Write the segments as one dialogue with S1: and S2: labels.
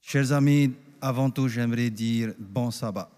S1: Chers amis, avant tout, j'aimerais dire bon sabbat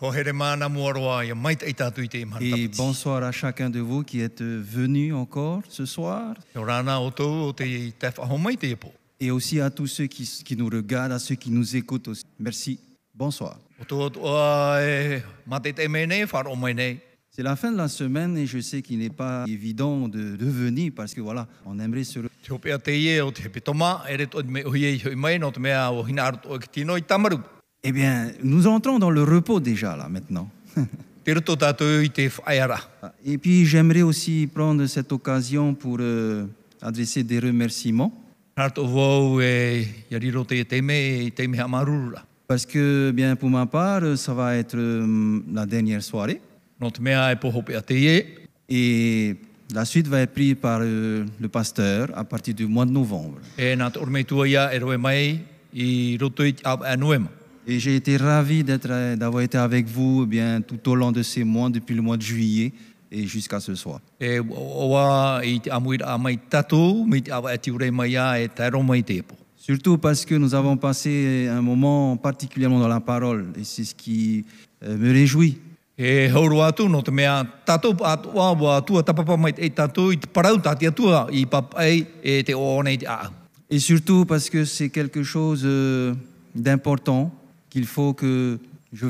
S2: Ko here mana mua roa ia mai te eita tui te imhana
S1: et
S2: tapiti.
S1: bonsoir à chacun de vous qui êtes venus encore ce soir
S2: Nō rāna o tōu o te i te whaho mai te epo.
S1: et aussi à tous ceux qui, qui nous regardent, à ceux qui nous écoutent aussi. Merci. Bonsoir.
S2: O tō o a e mate te me nei, wharo mai nei.
S1: C'est la fin de la semaine et je sais qu'il n'est pas évident de, de venir parce que voilà, on aimerait se re-
S2: Te opea te ie o te petoma, e reto i me ohi e i hoi mai, nō te mea o hina aru o ki tino i tamaru.
S1: Eh bien, nous entrons dans le repos déjà là maintenant.
S2: Te reto tātou i te whaeara.
S1: Et puis j'aimerais aussi prendre cette occasion pour euh, adresser des remerciements
S2: Rato vau e ia riro te te me, i te mea marurura.
S1: parce que eh bien pour ma part, euh, ça va être euh, la dernière soirée
S2: Nō te mea e poho pea te ie,
S1: et la suite va être prise par euh, le pasteur à partir du mois de novembre.
S2: e nā te ormeitua ia e roe mai i roto i te a a noema.
S1: Et j'ai été ravi d'être, euh, d'avoir été avec vous eh bien, tout au long de ces mois, depuis le mois de juillet et jusqu'à ce soir.
S2: E oa i te amuira a mai tatou, mi te awa ati ure mai a e tairo mai te epo.
S1: Surtout parce que nous avons passé un moment particulièrement dans la parole et c'est ce qui euh, me réjouit.
S2: E hauro atu no te mea tatou pa atua wa atua tapapa mai te tatou i te parau tati atua i papai e te o nei te aau.
S1: Et surtout parce que c'est quelque chose euh, d'important qu'il faut que je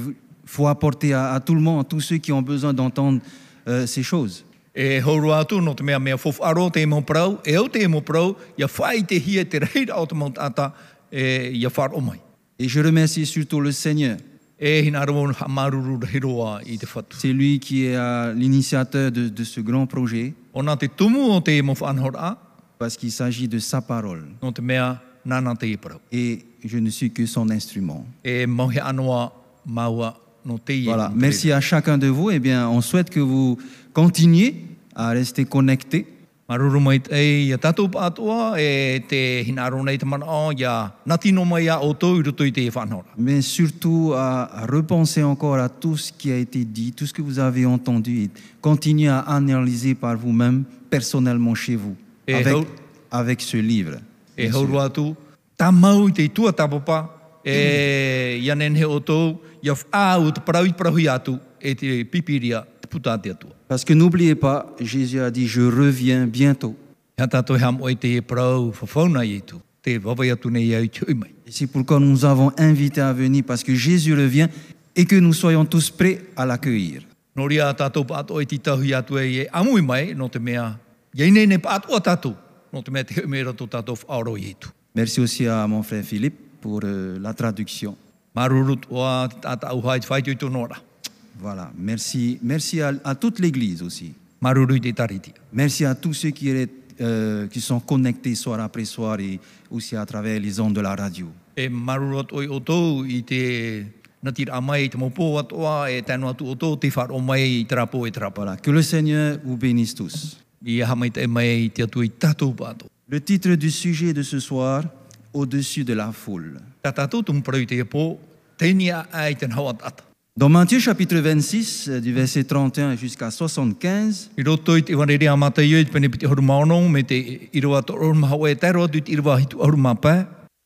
S1: faut apporter à, à tout le monde, à tous ceux qui ont besoin d'entendre euh, ces choses.
S2: E hauro atu no te mea mea fofaro te mo parau, e au te mo parau, ia whai te hia te reira o te mautata e ia wharo mai.
S1: Et je remercie surtout le Seigneur.
S2: E hina arawon ha maruru hiroa i te whatu.
S1: C'est lui qui est euh, l'initiateur de, de ce grand projet
S2: Ona te tumu o te mo whanhora,
S1: parce qu'il s'agit de sa parole.
S2: no te mea nana te i parau.
S1: Et je ne suis que son instrument.
S2: e mauhe anoa maua no te ie.
S1: Voilà, merci à chacun de vous. Eh bien, on souhaite que vous continuiez à rester connectés.
S2: Maruru mai te ei, ia tatou pātua, e te hinaro nei te mana o, ia nati no mai a o tōu i roto i te whanora.
S1: mais surtout à, à repenser encore à tout ce qui a été dit, tout ce que vous avez entendu, et continuer à analyser par vous-même, personnellement chez vous,
S2: Et
S1: avec,
S2: Raoul-
S1: avec ce livre.
S2: E hauru atu, tā mau i te tua tapapa, e
S1: Mm.
S2: ia nenhe o tōu, ia whaau te paraui parahui atu, e te pipiria te puta te atua.
S1: Parce que n'oubliez pas, Jésus a dit, je reviens bientôt.
S2: Ia tatou ham o i te parau whawhauna i tu, te wawai atu nei au tui mai.
S1: Et c'est pourquoi nous nous avons invité à venir, parce que Jésus revient et que nous soyons tous prêts à l'accueillir.
S2: Nori a tātou pātou e titahui atu e e amui mai, no te mea, iei nei ne pātua tātou, no te mea te hei mea rato tātou whaaro i tu.
S1: Merci aussi à mon frère Philippe pour euh, la traduction.
S2: Maruru toa tāta au hai te whaitu i tō ora.
S1: Voilà, merci, merci à- à toute l'Église aussi.
S2: Maruru i te tariti.
S1: Merci à tous ceux qui, euh, qui sont connectés soir après soir et aussi à travers les ondes de la radio.
S2: E maruru atu i o tōu i te natira amai i te mopō atoa, e tēnu atu o tōu te whaaro mai i te rapo e te rapa.
S1: Voilà, que le Seigneur vous bénisse tous.
S2: I aha mai te mai i te atu i tātou pātou.
S1: Le titre du sujet de ce soir, Au-dessus de la foule.
S2: Tā tātou tumparau i te pō, tēnia ai te nhawa tata.
S1: Dans Matthieu chapitre 26, euh, du verset 31 jusqu'à 75,
S2: I roto i te wanere a mata ioi, te pene piti horu maono, me te iroa to oru mahawa e tairo atu i te iroa hitu horu mapa.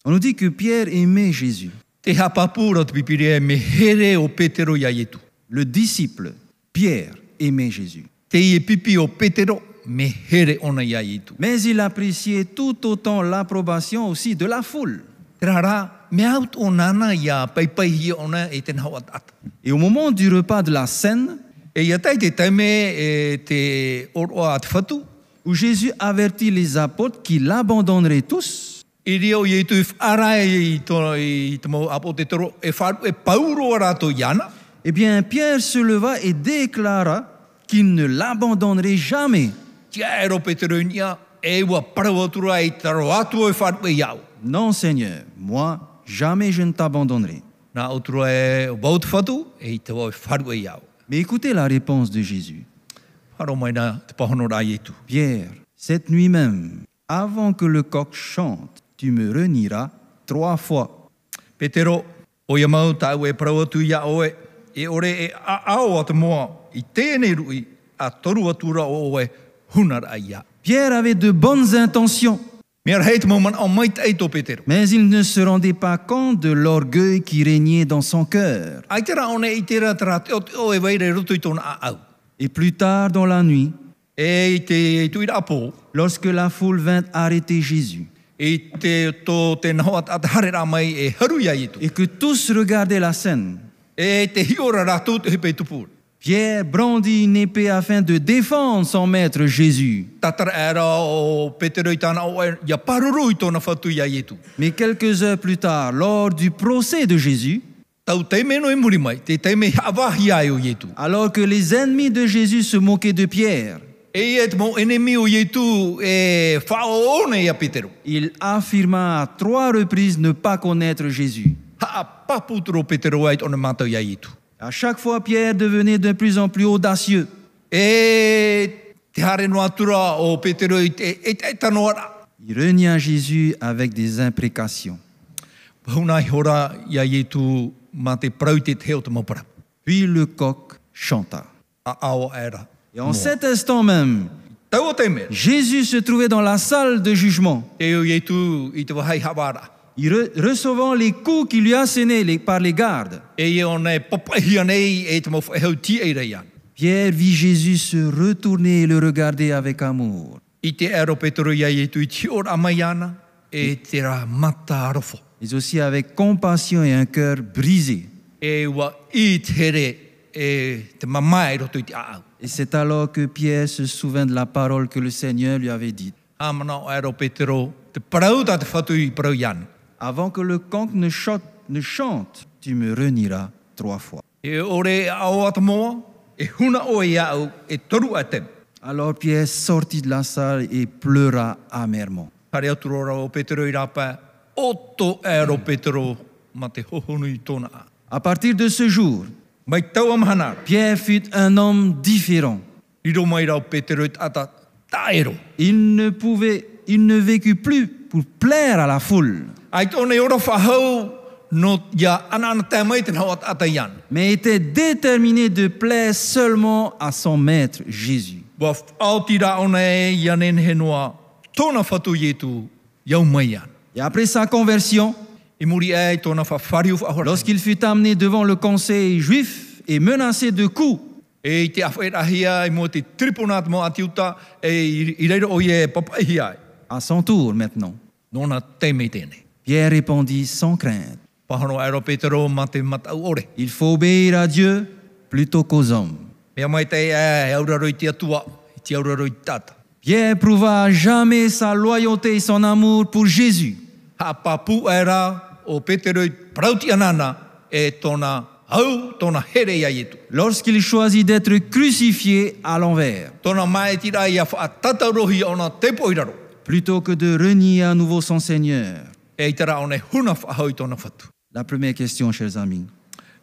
S1: on nous dit que Pierre aimait Jésus,
S2: Te hapapura te pipire e me here o Petero ia ietu.
S1: le disciple Pierre aimait Jésus.
S2: Te ie pipi o Petero me here ona ia ietu.
S1: Mais il appréciait tout autant l'approbation aussi de la foule.
S2: Te rara, me aut o nana ia paipai hia ona e tena hawat ata.
S1: Et au moment du repas de la scène,
S2: E ia tai te taime e te oroa at fatu,
S1: où Jésus avertit les apôtres qu'il abandonnerait tous
S2: i ria o ietu i whaara i tono i te mau apo te toro e wharu e pauro a rato iana.
S1: Eh bien, Pierre se leva et déclara qu'il ne l'abandonnerait jamais.
S2: Tia ero Peteronia, e ua parawatura i taro atu e whatwe iau.
S1: Non, Seigneur, moi, jamais je ne t'abandonnerai.
S2: Nā otura e baut whatu, e i te wau e whatwe iau.
S1: Mais écoutez la réponse de Jésus.
S2: Wharo mai nā te pahono rā ietu.
S1: Pierre, cette nuit même, avant que le coq chante, tu me renieras trois fois.
S2: Petero, o ia mau tau e parawatu ia oe, e ore e a ao atu moa, i tēnei rui, a toru atura o oe, hunar a ia.
S1: Pierre avait de bonnes intentions,
S2: Meer heit momen om mij te eten op het
S1: Mais il ne se rendait pas compte de l'orgueil qui régnait dans son cœur.
S2: Aitera one itera trat ot o e weire rutu i tona au.
S1: Et plus tard dans la nuit,
S2: E te tuira apo,
S1: lorsque la foule vint arrêter Jésus
S2: e te to te noat at harera mai e haru ia i tu.
S1: et que tous regardaient la scène,
S2: E te hiora ratu te hipe tupur.
S1: Pierre brandit une épée afin de défendre son maître Jésus.
S2: Tatara era o Petero i tana o e ia paruru i tona whatu ia i tu.
S1: Mais quelques heures plus tard, lors du procès de Jésus,
S2: Tau te meno e muri mai, te te me avahi ai o i tu.
S1: alors que les ennemis de Jésus se moquaient de Pierre,
S2: E et mo enemi o i tu e whaone ia Petero.
S1: il affirma à trois reprises ne pas connaître Jésus.
S2: Ha a paputuro Petero ai tona mātou ia i tu.
S1: À chaque fois, Pierre devenait de plus en plus audacieux.
S2: E te hare no atura o Petero i te e te tano ara.
S1: Il renia Jésus avec des imprécations.
S2: Pauna i hora ia i tu ma te prau te teo te maupara.
S1: Puis le coq chanta.
S2: A ao era.
S1: Et en cet instant même,
S2: Tau o te mea.
S1: Jésus se trouvait dans la salle de jugement,
S2: Te o i tu i te wahai hawara.
S1: il re- recevant les coups qui lui assénaient les- par les gardes.
S2: E i o nei papahi anei e te mau whaehau ti e rei an.
S1: Pierre vit Jésus se retourner et le regarder avec amour.
S2: I te ero Petero ia i e tu i ti ora mai ana e te ra mata arofo.
S1: mais aussi avec compassion et un cœur brisé.
S2: E ua i tere e te mamae roto i te aau.
S1: Et c'est alors que Pierre se souvint de la parole que le Seigneur lui avait dite.
S2: Amana o ero Petero te parau ta te whatu i parau i ana.
S1: Avant que le conque ne chante, ne chante, tu me renieras trois fois.
S2: E ore ao atamoa, e huna o e au, e toru a tem.
S1: Alors Pierre sortit de la salle et pleura amèrement.
S2: Hare atu rora o Petero i rapa, oto ero Petero, ma te hohonu i tōna a.
S1: À partir de ce jour,
S2: Mai tau am hanara,
S1: Pierre fut un homme différent.
S2: riro mai rau Petero i tata taero.
S1: Il ne pouvait, il ne vécut plus pour plaire à la foule,
S2: Ai tōne ora whahau, no ia anana tā mai tēnā o tata ian.
S1: mais était déterminé de plaire seulement à son maître Jésus.
S2: Wa whaotira ona e ianen he noa, tōna whatu i etu, iau mai an.
S1: Et après sa conversion,
S2: I muri ai tōna whawhariu whahora.
S1: lorsqu'il fut amené devant le conseil juif et menacé de coups,
S2: E i te awhairahia, i mua te tripunat mo ati uta, e i- i reira o ie papaihia.
S1: à son tour maintenant,
S2: Nōna teimei tēnei.
S1: Pierre répondit sans crainte,
S2: Pahano aero Petero ma te matau ore.
S1: Il faut obéir à Dieu plutôt qu'aux hommes.
S2: Mea mai te e auraro i te atua, i te auraro i tata.
S1: Pierre prouva à jamais sa loyauté et son amour pour Jésus.
S2: Ha papu aera o Petero i prauti anana e tōna au, tōna here ia i tu.
S1: Lorsqu'il choisit d'être crucifié à l'envers,
S2: Tōna mai tira ia whaatatarohi ona te poiraro.
S1: plutôt que de renier à nouveau son Seigneur.
S2: E i tera one huna whahau i tōna whatu.
S1: La première question, chers amis,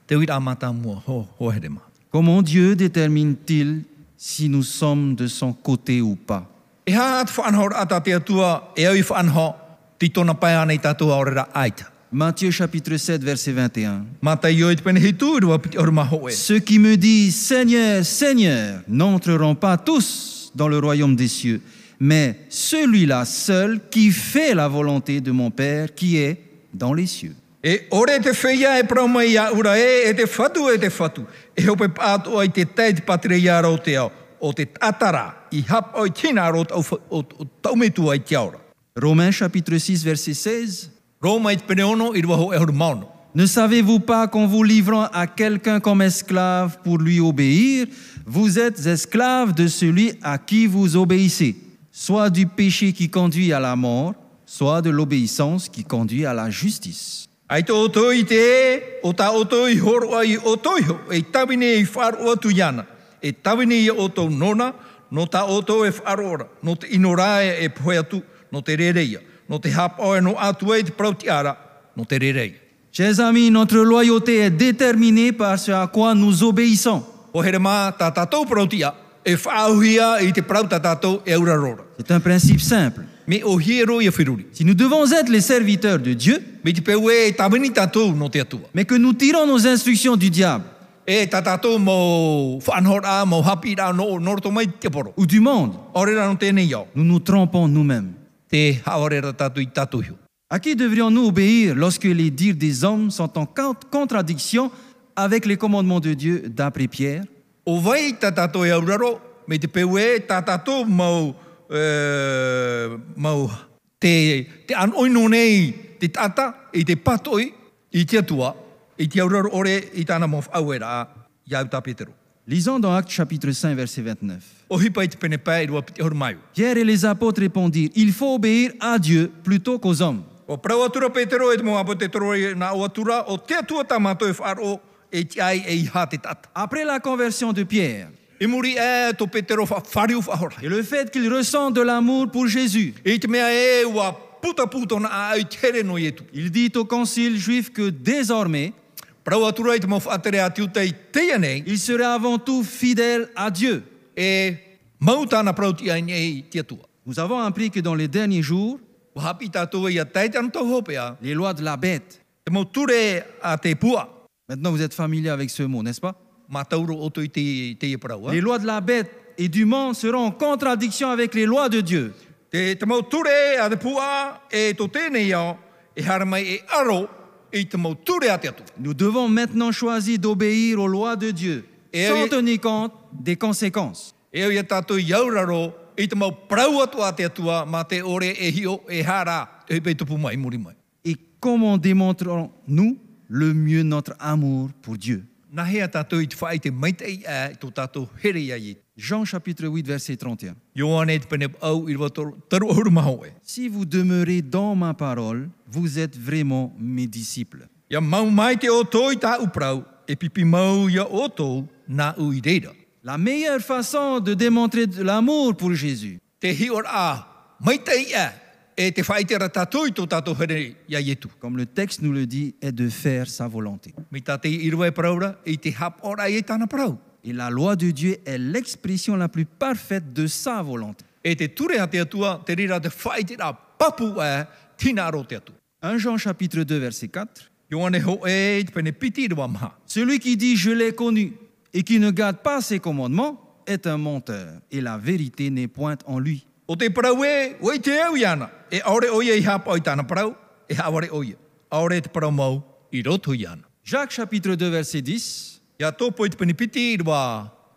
S2: Te uira mata mua, ho, ho here ma.
S1: comment Dieu détermine-t-il si nous sommes de son côté ou pas
S2: E ha at whanhor ata te atua, e au i whanho, ti tōna pai ana i tatua orera aita.
S1: Matthieu chapitre 7, verset 21.
S2: Mata i oi te pene hitu, rua piti e. orma hoe.
S1: Ceux qui me disent Seigneur, Seigneur, n'entreront pas tous dans le royaume des cieux, mais celui-là seul qui fait la volonté de mon Père qui est dans les cieux.
S2: E ore te wheia e prauma i a ura e, e te whatu e te whatu. E hope pātoa i te teit patre i aro te ao. O te tatara, i hap o i tina aro tau, wha- o, o taumetua i te aura.
S1: Romains chapitre 6, verset 16.
S2: Roma i te pene ono, i rua ho e horu maono.
S1: Ne savez-vous pas qu'en vous livrant à quelqu'un comme esclave pour lui obéir, vous êtes esclave de celui à qui vous obéissez, soit du péché qui conduit à la mort, soit de l'obéissance qui conduit à la justice.
S2: Ai tō oto i te e, o tā oto i horo ai o toi ho, e tawine i wharo atu iana. E tawine i o tō nona, no tā oto e wharo ora, no te inorae e poe atu, no te rereia. No te hap o e no atu e te prauti ara, no te rereia.
S1: Chers amis, notre loyauté est déterminée par ce à quoi nous obéissons,
S2: O here mā, tā tātou parautia, e whāuhia i te parauta tātou e ura rora.
S1: c'est un principe simple.
S2: Me o hiero i a whiruri.
S1: Si nous devons être les serviteurs de Dieu,
S2: Me te peu e tāwini tātou no te atua.
S1: mais que nous tirons nos instructions du diable
S2: E tā tātou mō whanhora, mō hapi rā no o noroto mai te poro.
S1: ou du monde,
S2: O rera no tēnei au.
S1: nous nous trompons nous-mêmes.
S2: Te te haorera tatu i tatu hiu.
S1: À qui devrions-nous obéir lorsque les dires des hommes sont en cont- contradiction avec les commandements de Dieu d'après Pierre
S2: O vai tā tātou e auraro, me te peu e tā tātou mau, eh, mau te, te anoino nei te tata, i te patoi, i te atua, i te auraro ore i tāna mō awera a iau tā Petero.
S1: Lisons dans Actes chapitre 5 verset 29.
S2: O hipa i te pene pai, rua piti horu mai.
S1: Pierre et les apôtres répondirent, Il faut obéir à Dieu plutôt qu'aux hommes.
S2: O prau atura Petero e te mō apo te toro e nā o atura, o te atua tā mātou e wharo, e te ai e iha te tata.
S1: Après la conversion de Pierre
S2: I muri e tō Petero whariu whahora.
S1: et le fait qu'il ressent de l'amour pour Jésus,
S2: I te mea e ua puta puta na a au tere e no i etu.
S1: il dit au concile juif que désormais,
S2: Parau atura i te mau whaatere atiu tei teia nei,
S1: il serait avant tout fidèle à Dieu.
S2: e mautana parau ti ai nei tia tua.
S1: Nous avons appris que dans les derniers jours,
S2: O hapi tātua ia teite anu tau hopea,
S1: les lois de la bête,
S2: te mau ture a te pua,
S1: maintenant vous êtes familier avec ce mot, n'est-ce pas
S2: mā tauro oto i te, te ia parau.
S1: Les
S2: Eh?
S1: lois de la bête et du monde seront en contradiction avec les lois de Dieu.
S2: Te, te mau ture a te pua, e tō tēnei au, e hara mai e aro, i te mau ture a te atua.
S1: Nous devons maintenant choisir d'obéir aux lois de Dieu,
S2: Et
S1: sans
S2: oui.
S1: tenir compte des conséquences.
S2: E au ia tātou i auraro, i te mau parau atua a te atua, mā te ore e hio e hara, e pei tupu mai muri mai.
S1: Et comment démontrons-nous le mieux notre amour pour Dieu
S2: Nā hea tātou i te whaai te maitei a, i tō tātou here ia i
S1: Jean chapitre 8, verset 31.
S2: Ioane te pene au i rwa toru, taru oru mahoe.
S1: Si vous demeurez dans ma parole, vous êtes vraiment mes disciples.
S2: Ia mau mai te oto i tā uprau, e pipi mau ia oto nā ui reira.
S1: La meilleure façon de démontrer de l'amour pour Jésus,
S2: Te hior a, mai te ia, e te whai te ratatui tō tātou here ia ietu.
S1: comme le texte nous le dit, est de faire sa volonté.
S2: Mi tā te i rwa e paraura, i te hap ora i e tāna parau.
S1: Et la loi de Dieu est l'expression la plus parfaite de sa volonté.
S2: E te ture a te atua, te rira te whai te rā papu a, tina aro te atu.
S1: 1 Jean chapitre 2, verset 4.
S2: Ioane ho e, te pene piti i rwa maha.
S1: Celui qui dit je l'ai connu et qui ne garde pas ses commandements est un menteur et la vérité n'est point en lui.
S2: O te parau e, oi te au iana, e aore oia i hapa o i tāna parau, e haware oia. Aore te parau mau, i roto iana.
S1: Jacques chapitre 2 verset 10.
S2: Ia tōpo i te penipiti i rwa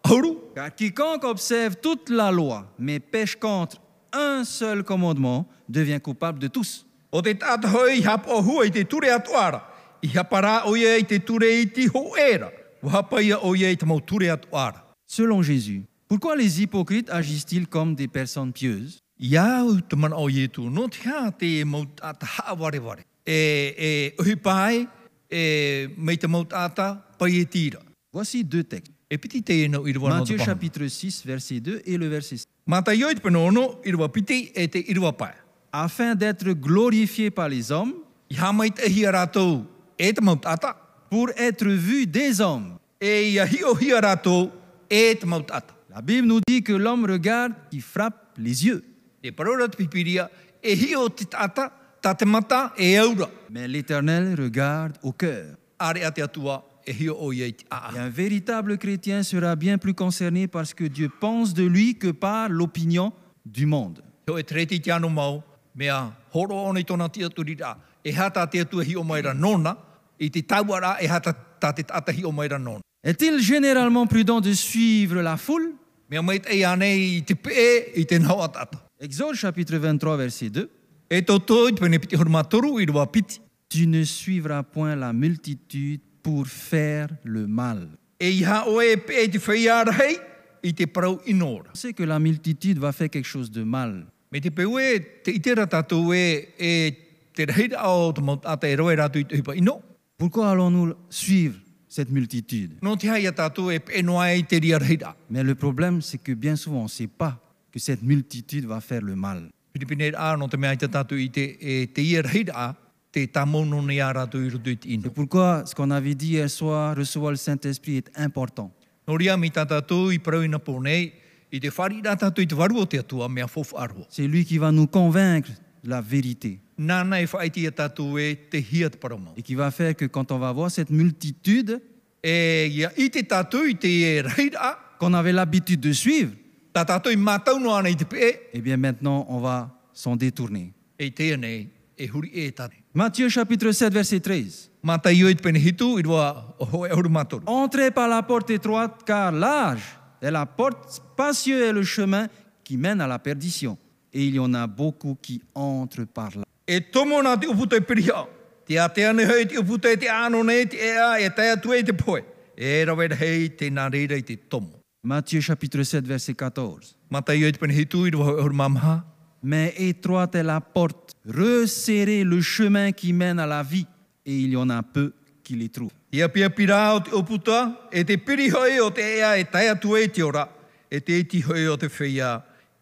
S2: auru,
S1: Car quiconque observe toute la loi mais pêche contre un seul commandement devient coupable de tous.
S2: o te tāta hoi i hapa o hua i te ture atuara, i hapara oia e i te ture i ti ho era, o hapa ia oia e i te mau ture atuara.
S1: Selon Jésus, pourquoi les hypocrites agissent-ils comme des personnes pieuses
S2: Ia au te mana o ietu, no te hā te mau tāta haaware ware. E, e, uhi pai, e, mei te mau tāta pai e tira.
S1: Voici deux textes.
S2: E piti te eno i rwa no te
S1: Matthieu
S2: pahana.
S1: chapitre 6 verset 2 et le verset 6.
S2: Mātai oi te panono, i rua piti e te i rua pai.
S1: Afin d'être glorifié par les hommes,
S2: I hamai te hia rātou e te mautata,
S1: pour être vu des hommes.
S2: e ia hio hia rātou e te mautata.
S1: La Bible nous dit que l'homme regarde qui frappe les yeux,
S2: Te E parora te pipiria, e hio te tata, ta te mata e aura.
S1: mais l'Éternel regarde au cœur.
S2: Are a te atua, e hio o ia i te
S1: Et
S2: aa.
S1: un véritable chrétien sera bien plus concerné par ce que Dieu pense de lui que par l'opinion du monde.
S2: Heo e treti te anu mau, mea horo ona i tōna tia turira, e hata te atua hio mai ra nona, i te tauara e hata ta te tata hio mai ra nona.
S1: Est-il généralement prudent de suivre la foule
S2: Mea mai te anei i te pe i te nao atata.
S1: Exode chapitre 23, verset 2.
S2: E tō tōi te pene piti hormatoru i rua piti.
S1: Tu ne suivras point la multitude pour faire le mal.
S2: E iha oe e pe te whaiara hei, i te parau inora.
S1: On sait que la multitude va faire quelque chose de mal.
S2: Me te peu e, te itera tātou e, e te reira o te mau ata e roe rātou i te hipa ino.
S1: Pourquoi allons-nous suivre cette multitude
S2: Nō te haia tātou e pe noa e te ria reira.
S1: Mais le problème, c'est que bien souvent, on ne sait pas que cette multitude va faire le mal.
S2: Piripine a nō te mea i te tātou i te, e, te ia reira, te tamono ni a rātou i rutu i te
S1: C'est
S2: ino.
S1: pourquoi ce qu'on avait dit hier soir, recevoir le Saint-Esprit est important.
S2: Nō ria mi tā tātou i parau ina pōnei, i te wharira tātou i te waru o te atua mea fofu arua.
S1: C'est lui qui va nous convaincre de la vérité
S2: Nāna e whaiti i tātou e te hia te parau mau.
S1: et qui va faire que quand on va voir cette multitude
S2: E ia i te tātou i te e reira,
S1: qu'on avait l'habitude de suivre,
S2: Tā tātou i mātau no ana i te pe,
S1: eh bien maintenant, on va sont détournés.
S2: E tēnei, e huri e tane.
S1: Matthieu chapitre 7, verset 13.
S2: Mātai oit pene hitu, i roa e o hoe auru mātoru.
S1: Entrez par la porte étroite, car large est la porte, spacieux est le chemin qui mène à la perdition. Et il y en a beaucoup qui entrent par là.
S2: E tomo nā te uputa e pirihia. Te a te ane hei te uputa e te ano nei te ea e tae atu e te poe. E rawe hei te nā reira i te tomo.
S1: Matthieu chapitre 7, verset 14.
S2: Mātai oit pene hitu, i roa e o auru mamaha.
S1: Mais étroite est la porte, resserré le chemin qui mène à la vie, et il y en a peu qui les trouvent.
S2: Ia pia pira o te oputa, e te piri hoi o te ea e tae atu e te ora, e te iti hoi o te wheia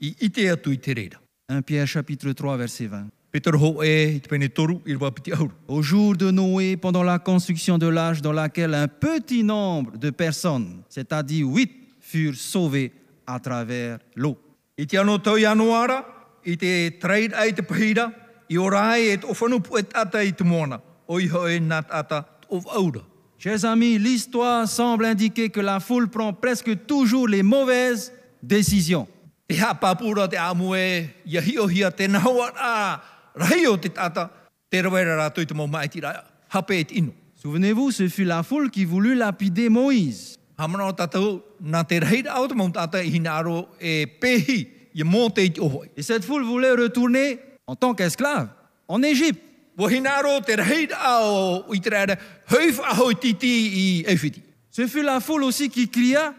S2: i ite atu i te reira.
S1: 1 Pierre chapitre 3, verset 20.
S2: Peter ho e, i te pene toru, i rua piti auru.
S1: Au jour de Noé, pendant la construction de l'âge dans laquelle un petit nombre de personnes, c'est-à-dire huit, furent sauvées à travers l'eau.
S2: I te ano tau i ano ara, i te traid ai te pahira, i ora ai e te ofanu e tata i te moana, o i hoi nā tata o aura.
S1: Chers amis, l'histoire semble indiquer que la foule prend presque toujours les mauvaises décisions.
S2: Te E hā pāpura te amue, ia hio hia te nahoa a rahi o te tata, te rawera rātou i te mō mai ti rā, hape e te ino.
S1: Souvenez-vous, ce fut la foule qui voulut lapider Moïse.
S2: Hamana o tātou, nā te reira au te maun tātou i hina aro e pehi i mō te iti ohoi.
S1: Et cette foule voulait retourner en tant qu'esclave en Égypte.
S2: Wa hina aro te reira au i te reira, heuf ahoi titi i ewhiti.
S1: Ce fut la foule aussi qui cria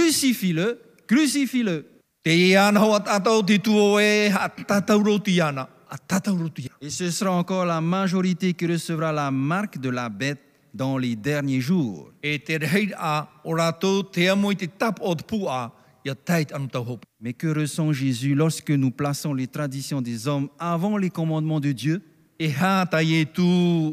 S1: Crucifie-le, crucifie-le.
S2: Te i ana hoa tātou te tuo e, a tātou roti ana, a tātou roti ana.
S1: Et ce sera encore la majorité qui recevra la marque de la bête dans les derniers jours.
S2: E te reira a, o rātou te amo i te tap o te pū a, ia teit anu tau hopa.
S1: Mais que ressent Jésus lorsque nous plaçons les traditions des hommes avant les commandements de Dieu
S2: E hā tai e tū,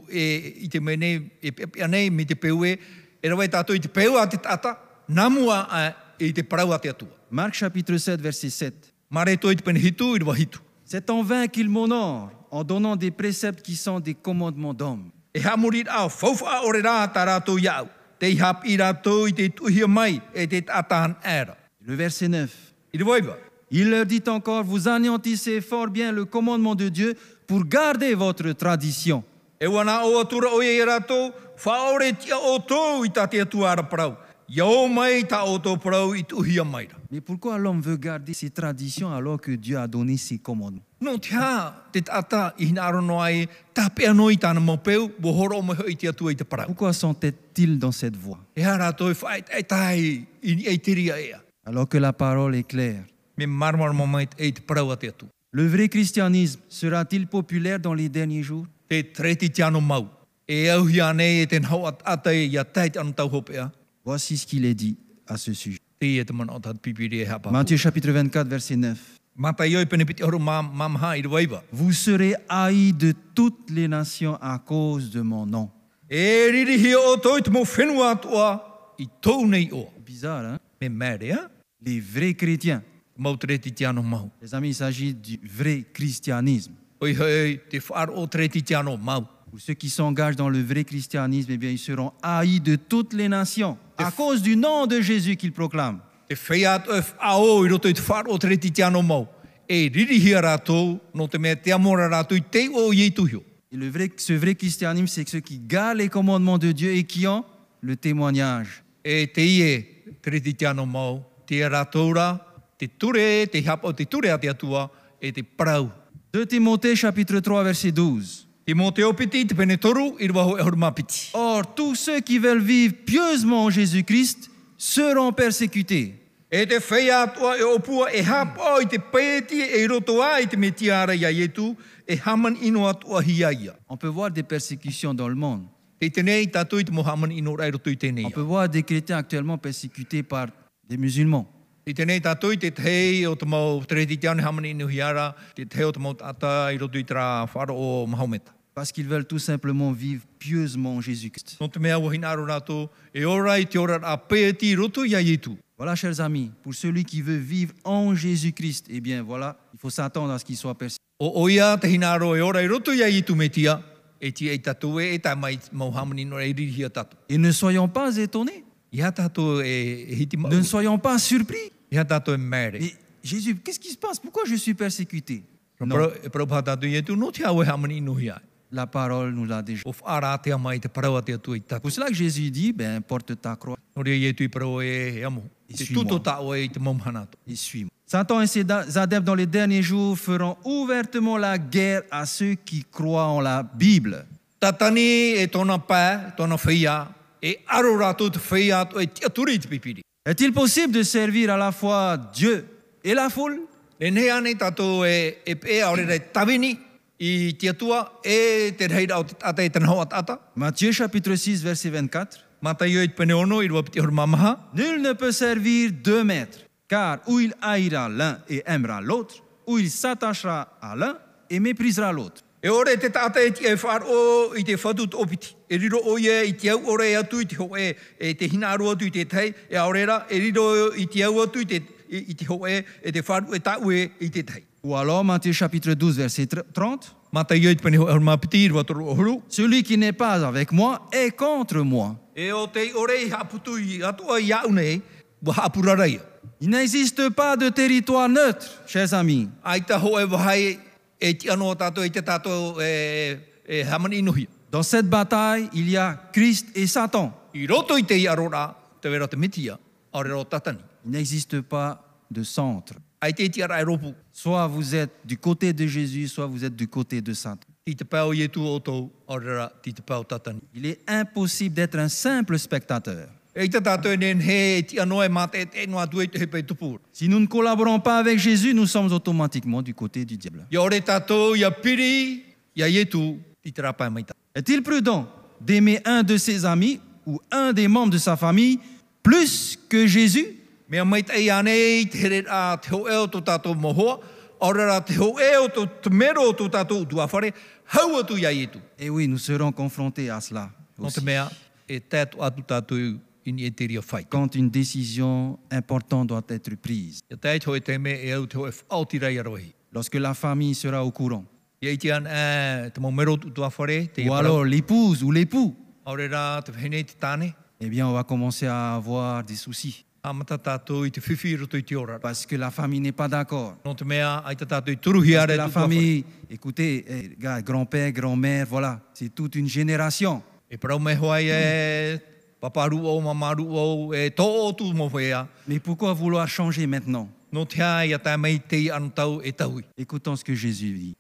S2: e, i te mene, e pepe anei me te peue, e rawai tātou i te peua a te tata, namua a, e i te parau a te atua.
S1: Marc chapitre 7, verset 7.
S2: Mare toi te pene hitu i rua hitu.
S1: C'est en vain qu'il m'honore en donnant des préceptes qui sont des commandements d'hommes.
S2: E hamuri au, faufa ore rā tā rātou iau. Te hap i rātou i te tuhia mai e te tātāhan ēra.
S1: Le verset 9.
S2: I rua iwa.
S1: Il leur dit encore, vous anéantissez fort bien le commandement de Dieu pour garder votre tradition.
S2: E wana o atura o e rātou, whaore tia o tōu i tā te atua ara parau. Ia o mai tā o tō parau i tuhia mai rā.
S1: Mais pourquoi l'homme veut garder ses traditions alors que Dieu a donné ses commandements
S2: Nō te hā, te tātā i hina arono ai, tā pēr noi tāna mō peu, bo horo o mai hoi te atua i te parau.
S1: Pourquoi s'entête-t-il dans cette voie
S2: E hā rātou e whaet e tai i ni e tiria ea.
S1: alors que la parole est claire
S2: Me marmar mō mai e te parau a te atua.
S1: Le vrai christianisme sera-t-il populaire dans les derniers jours
S2: te treti tiano mau. E au hia nei e ten hau at ata e ia teit anu tau hopea.
S1: Voici ce qu'il est dit à ce sujet.
S2: Te e te mana o tat pipiri e hapa.
S1: Matthieu chapitre 24, verset 9.
S2: Mata ioi pene piti horu ma mamha i ruaiva.
S1: Vous serez haïs de toutes les nations à cause de mon nom.
S2: E riri hia o toi te mo whenua atua i tau nei o.
S1: Bizarre, hein
S2: Me mere, ha?
S1: Les vrais chrétiens.
S2: Mau treti tiano mau.
S1: Les amis, il s'agit du vrai christianisme.
S2: Oi hei, te whaar o treti tiano mau.
S1: Pour ceux qui s'engagent dans le vrai christianisme, eh bien, ils seront haïs de toutes les nations à cause du nom de Jésus qu'ils proclament.
S2: Te whiat o ao i roto i te whaar o treti tiano mau. E riri hia rātou, no te mea te amora rātou i te o i tuhio.
S1: Et le vrai, ce vrai christianisme, c'est ceux qui gardent les commandements de Dieu et qui ont le témoignage.
S2: e te ie triti tiano mau, te ratora, te ture, te hapa o te ture a te atua, e te parau.
S1: 2 Timothée chapitre 3 verset 12.
S2: Te mō te opiti, te pene toru, i rwaho e horma piti.
S1: Or, tous ceux qui veulent vivre pieusement en Jésus-Christ seront persécutés.
S2: E te whea atua e opua, e hapa o i te pēti, e i roto a i te metiara ia ietu, e haman ino atua hia ia.
S1: On peut voir des persécutions dans le monde.
S2: Te tenei tatu i te mohaman ino rai roto i tenei.
S1: On peut voir des chrétiens actuellement persécutés par des musulmans.
S2: Te tenei tatu i te tei o te mau triti tiano e haman ino hiara, te tei o te mau tata i roto i tera whara o Mahometa.
S1: Parce qu'ils veulent tout simplement vivre pieusement en Jésus-Christ.
S2: No te mea wahina aro rātou, e ora i te ora a pēti roto e ia ietu.
S1: Voilà, chers amis, pour celui qui veut vivre en Jésus-Christ, eh bien voilà, il faut s'attendre à ce qu'il soit persécuté.
S2: O oia te hina aro e ora i roto ia ietu me tia, e tia i tatue e tā mai mauhamani no e ririhia tatu.
S1: Et ne soyons pas étonnés,
S2: Ia tatu e, e hiti mau,
S1: ne soyons pas surpris.
S2: ia tatu e mere.
S1: Mais Jésus, qu'est-ce qui se passe Pourquoi je suis persécuté
S2: Pro- e Prabhupada atu i e tu no te awe hamani inuhi ai.
S1: La parole nous l'a déjà.
S2: O whaara te ama i te parawa te atu i taku.
S1: Pour cela que Jésus dit, ben, porte ta croix
S2: Nori i e tu i parawa e he amo.
S1: I
S2: Te
S1: sui
S2: tuto
S1: moa.
S2: ta oe i te mamhana atu.
S1: et suis-moi. Satan et ses da- adeptes dans les derniers jours feront ouvertement la guerre à ceux qui croient en la Bible.
S2: Tatani e tōna pā, tōna whia, e aro rātou te whia atu e te aturi i te pipiri.
S1: Est-il possible de servir à la fois Dieu et la foule
S2: Nenei ane tātou e, e pēa ore rei tawini i te atua e te reira o te tata e tana hoa tata.
S1: Matthieu chapitre 6, verset 24.
S2: Mata ioi te pene ono i rua piti horo mamaha.
S1: Nul ne peut servir deux maîtres, car ou il haïra l'un et aimera l'autre, ou il s'attachera à l'un et méprisera l'autre.
S2: E ore te tata e tia e wharo i te whatut opiti. E riro o ia i te au ore atu i te ho e, e te hina aru atu i te tei, e aorera e riro i te au atu i te, i, i te ho e, e te wharu e tau e i te tei.
S1: Ou alors Matthieu chapitre 12, verset tr- 30.
S2: Mata ioi te pene horo mapiti i rua toru ohuru.
S1: Celui qui n'est pas avec moi est contre moi.
S2: E o te ore i haputu i atua i au nei, wa hapuraraia.
S1: Il n'existe pas de territoire neutre, chers amis.
S2: Ai ta ho e wahai e ti anō tātou i te tātou e, e hamani inuhi.
S1: Dans cette bataille, il y a Christ et Satan.
S2: I roto i te i arora, te wera te mitia, aore ro tatani.
S1: Il n'existe pas de centre.
S2: Ai te ti ara e ropu,
S1: Soit vous êtes du côté de Jésus, soit vous êtes du côté de Satan.
S2: ti te pau i e tu o tau, aore ra ti te pau tatani.
S1: Il est impossible d'être un simple spectateur.
S2: E i te tātou e nen he e ti anō e mate e te noa duei te hepe tupur.
S1: Si nous ne collaborons pas avec Jésus, nous sommes automatiquement du côté du diable.
S2: Ia ore tātou, ia piri, ia i e tu, ti te rapa e maita.
S1: Est-il prudent d'aimer un de ses amis ou un des membres de sa famille plus que Jésus
S2: Mea maita e i anei, te here a te ho eo tō tātou mohoa, aore ra te ho eo tō te mero tō tātou utuawhare, hau atu ia i e tu.
S1: Eh oui, nous serons confrontés à cela.
S2: No
S1: aussi.
S2: te mea, e tētu atu tātou ini e teria whai.
S1: quand une décision importante doit être prise,
S2: Ia tēt hoi te me e au te hoi whaotirai arohi.
S1: lorsque la famille sera au courant,
S2: Ia iti an, eh, te mau mero tu tua whare, te
S1: ou
S2: ia parau.
S1: alors l'épouse ou l'époux,
S2: Aore rā te whenei te tāne,
S1: eh bien, on va commencer à avoir des soucis
S2: amata tātou i te whiwhi roto i te ora.
S1: parce que la famille n'est pas d'accord.
S2: No te mea, ai te tātou i turuhi
S1: Parce que
S2: are
S1: la
S2: tu tua whare.
S1: famille, écoutez, eh, gars, grand-père, grand-mère, voilà, c'est toute une génération.
S2: E parau me hoai e paparu au, mamaru au, e tō o tu mo whea.
S1: Mais pourquoi vouloir changer maintenant
S2: No te a, ia tā mei te anu tau e taui.
S1: Écoutons ce que Jésus dit.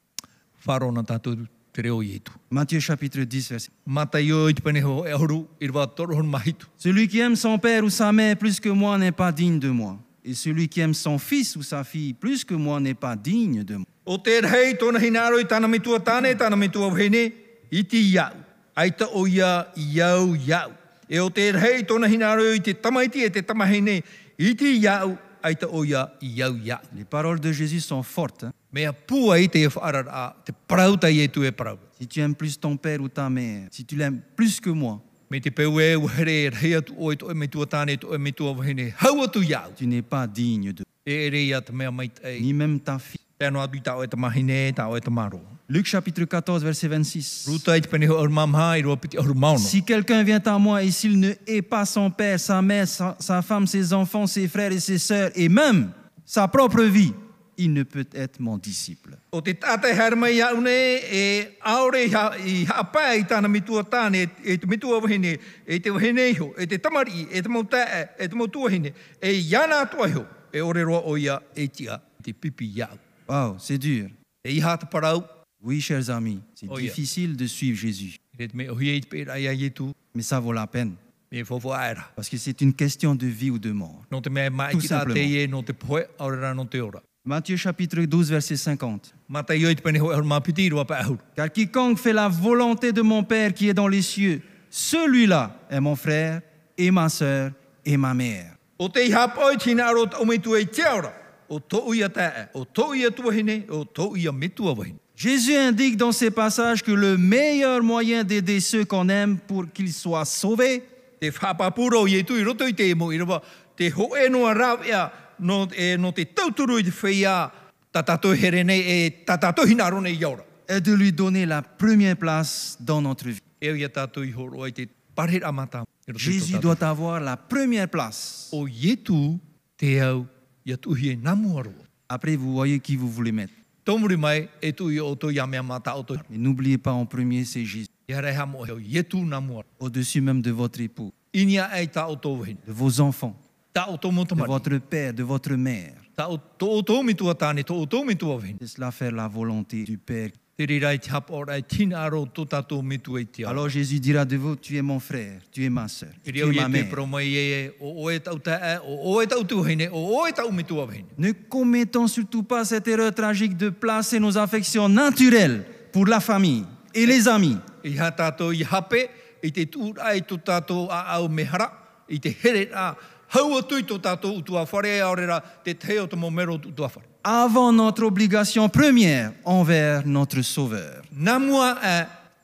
S2: Wharona tātou te reo i etu.
S1: Matthieu chapitre 10, verset.
S2: Mata i oi te peneho e horu, i rwa torohon mahitu.
S1: Celui qui aime son père ou sa mère plus que moi n'est pas digne de moi. Et celui qui aime son fils ou sa fille plus que moi n'est pas digne de moi.
S2: O te rei tōna hinaro i tāna mitua tāne, tāna mitua whene, i ti iau. Ai ta o ia iau iau. E o te rei tōna hinaro i te tamaiti e te tamahene, i ti iau, ai ta o ia iau iau.
S1: Les paroles de Jésus sont fortes. hein.
S2: Mea pua i te wharar a, te parauta i e tu e parau.
S1: Si tu aimes plus ton père ou ta mère, si tu l'aimes plus que moi,
S2: Me te peu e uhere e rei atu o i tō e mitua tāne, tō e mitua whene, hau atu iau.
S1: tu n'es pas digne de
S2: E ere ia te mea mait ei.
S1: ni même ta fille.
S2: Tēnā atu i tā o e tamahene, tā o e tamaro.
S1: Luc chapitre 14, verset 26.
S2: Ruta i te peneho ormamha, i roa piti ormaono.
S1: Si quelqu'un vient à moi et s'il ne hait pas son père, sa mère, sa, sa femme, ses enfants, ses frères et ses sœurs, et même sa propre vie, il ne peut être mon disciple.
S2: O te tātai haerama i aune e aore i ha- i hapa i tāna mitua tāne, e te mitua wahine, e te wahine iho, e te tamari, e te mautaa, e te mautuahine, e iana atua iho, e ore roa o ia e tia, te pipi iau.
S1: Wow, c'est dur.
S2: E iha te parau,
S1: Oui, chers amis, c'est
S2: Oh, yeah.
S1: difficile de suivre Jésus,
S2: e te me ohi e te pēra ia i tu,
S1: mais ça vaut la peine,
S2: me fofo aera.
S1: parce que c'est une question de vie ou de mort.
S2: No te mea mai
S1: Tout
S2: ki tā te
S1: simplement.
S2: ie, no te poe, aore rā no te ora.
S1: Matthieu chapitre 12, verset 50.
S2: Mata i oi te pene hoi hoi mapiti i roa pa ahuru.
S1: Car quiconque fait la volonté de mon Père qui est dans les cieux, celui-là est mon frère et ma sœur et ma mère.
S2: O te iha poi tina aro o mitu e te ora, o tō ia tāe, o tō ia tuahine, o tō ia mitua wahine.
S1: Jésus indique dans ces passages que le meilleur moyen d'aider ceux qu'on aime pour qu'ils soient sauvés,
S2: Te whapapuro i e tui roto i te emo i rawa, te ho e noa rawea no, e, no te tauturu i te whaia tatato here nei e tatato hina rone i aura.
S1: est de lui donner la première place dans notre vie.
S2: E ia tato i horo ai te parer amata. i roto i tō
S1: Jésus
S2: tātou.
S1: doit avoir la première place.
S2: O ietu te au ia tuhi e namu aro.
S1: Après, vous voyez qui vous voulez mettre.
S2: Tomuri mai e tu i oto ia mea mata oto.
S1: Mais n'oubliez pas en premier, c'est Jésus.
S2: Ia rei hamo heo, ye tu na mua.
S1: Au-dessus même de votre époux,
S2: Inia ei ta oto wehin.
S1: de vos enfants,
S2: Ta oto
S1: de
S2: motomari.
S1: votre père, de votre mère.
S2: Ta oto oto mitua tane, to oto mitua wehin.
S1: C'est cela faire la volonté du Père.
S2: Te rirai te hapa ora e tina aro to tato mitua i te ala.
S1: Alors Jésus dira de vous, tu es mon frère, tu es ma soeur, tu
S2: I reo
S1: es
S2: i
S1: ma
S2: te
S1: mère.
S2: promai e e, o oe tau ta e, o oe tau tu wehin e, o oe tau mitua wehin.
S1: Ne commettons surtout pas cette erreur tragique de placer nos affections naturelles pour la famille et les amis.
S2: I ha tātou i hape, i te tūra i tō tātou a au mehara, i te here a hau atu i tō tātou utua whare, aorera te teo tō momero utua whare.
S1: avant notre obligation première envers notre Sauveur.
S2: Nā mua a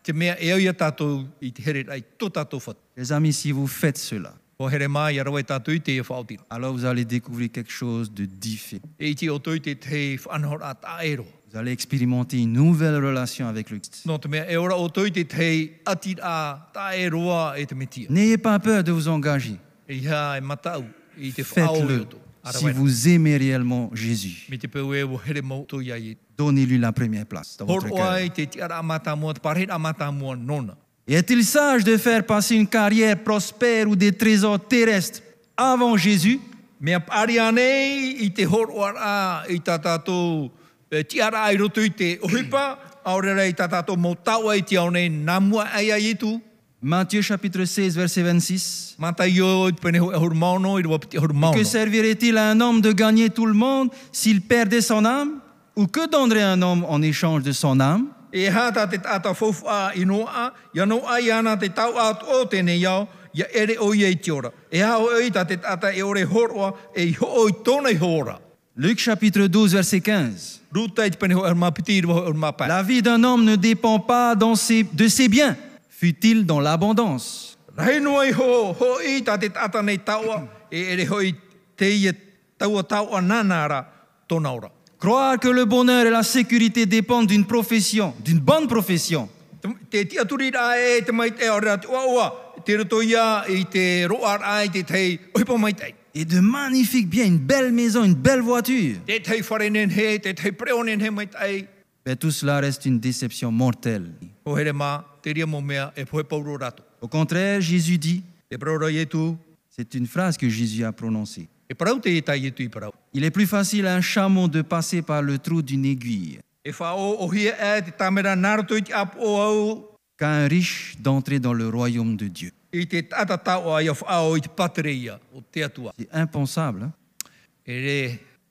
S2: te mea e au ia tātou i te here a i tō tātou whatu.
S1: Les amis, si vous faites cela,
S2: Ko here mā i arawa i tātou i te e whaotira.
S1: alors vous allez découvrir quelque chose de différent.
S2: E iti o tō i te te whanhora a tā ero.
S1: Vous allez expérimenter une nouvelle relation avec le Christ.
S2: Nō te mea e ora o tō i te te atira a tā eroa e te metia.
S1: N'ayez pas peur de vous engager.
S2: I hā e matau i te whaore
S1: Faites-le
S2: o tō.
S1: si
S2: Arawa
S1: vous aimez réellement Jésus.
S2: Mi te peu e o here mau tō ia i
S1: Donnez-lui la première place dans votre
S2: Hor
S1: cœur.
S2: oai te tiara amata mua, te parit amata mua nona.
S1: Et Est-il sage de faire passer une carrière prospère ou des trésors terrestres avant Jésus
S2: Mea pari anei i te hor oar a i tā tātou e, tiara ai roto i te ohipa, aorera i tā tātou mō taua i te au nei namua ai ai i tu.
S1: Matthieu chapitre 16, verset 26.
S2: Mata i o i te pene hoi ahur mauno, i rua piti ahur
S1: Que
S2: mauno.
S1: servirait-il à un homme de gagner tout le monde s'il perdait son âme Ou que donnerait un homme en échange de son âme
S2: E hata te tāta fofu a i noa, ia noa i ana te tau a o tēnei iau, ia ere o i e i te ora. E ha o i tā te tāta e ore hor oa, e i ho o i tōna i hora.
S1: Luc chapitre 12, verset 15.
S2: Ruta i te pene hoi ahur mapiti, i rua hoi ahur mapai.
S1: La vie d'un homme ne dépend pas dans ses- de ses biens, fut-il dans l'abondance.
S2: Rai noi ho, ho i tā te tata nei taua, e ere hoi te i e taua taua nānāra tōna ora.
S1: Croire que le bonheur et la sécurité dépendent d'une profession, d'une bonne profession,
S2: Te- Te tia turi rā e te mai te aorera te oa oa, te roto ia i te roar ai te tei oipa mai tei.
S1: et de magnifiques biens, une belle maison, une belle voiture,
S2: Te tei wharenen he, te tei preonen he mai tei.
S1: mais tout cela reste une déception mortelle.
S2: O here mā, te ria mō mea e poe pauro rato.
S1: Au contraire, Jésus dit,
S2: Te praura i e tu,
S1: c'est une phrase que Jésus a prononcée.
S2: e parau te e tai i tu i parau.
S1: Il est plus facile à un chameau de passer par le trou d'une aiguille
S2: E whao o hia e te tamera narato i te ap o au,
S1: qu'à un riche d'entrer dans le royaume de Dieu.
S2: i te tata taua i a whao i te patereia o te atua.
S1: C'est impensable. hein.
S2: E re,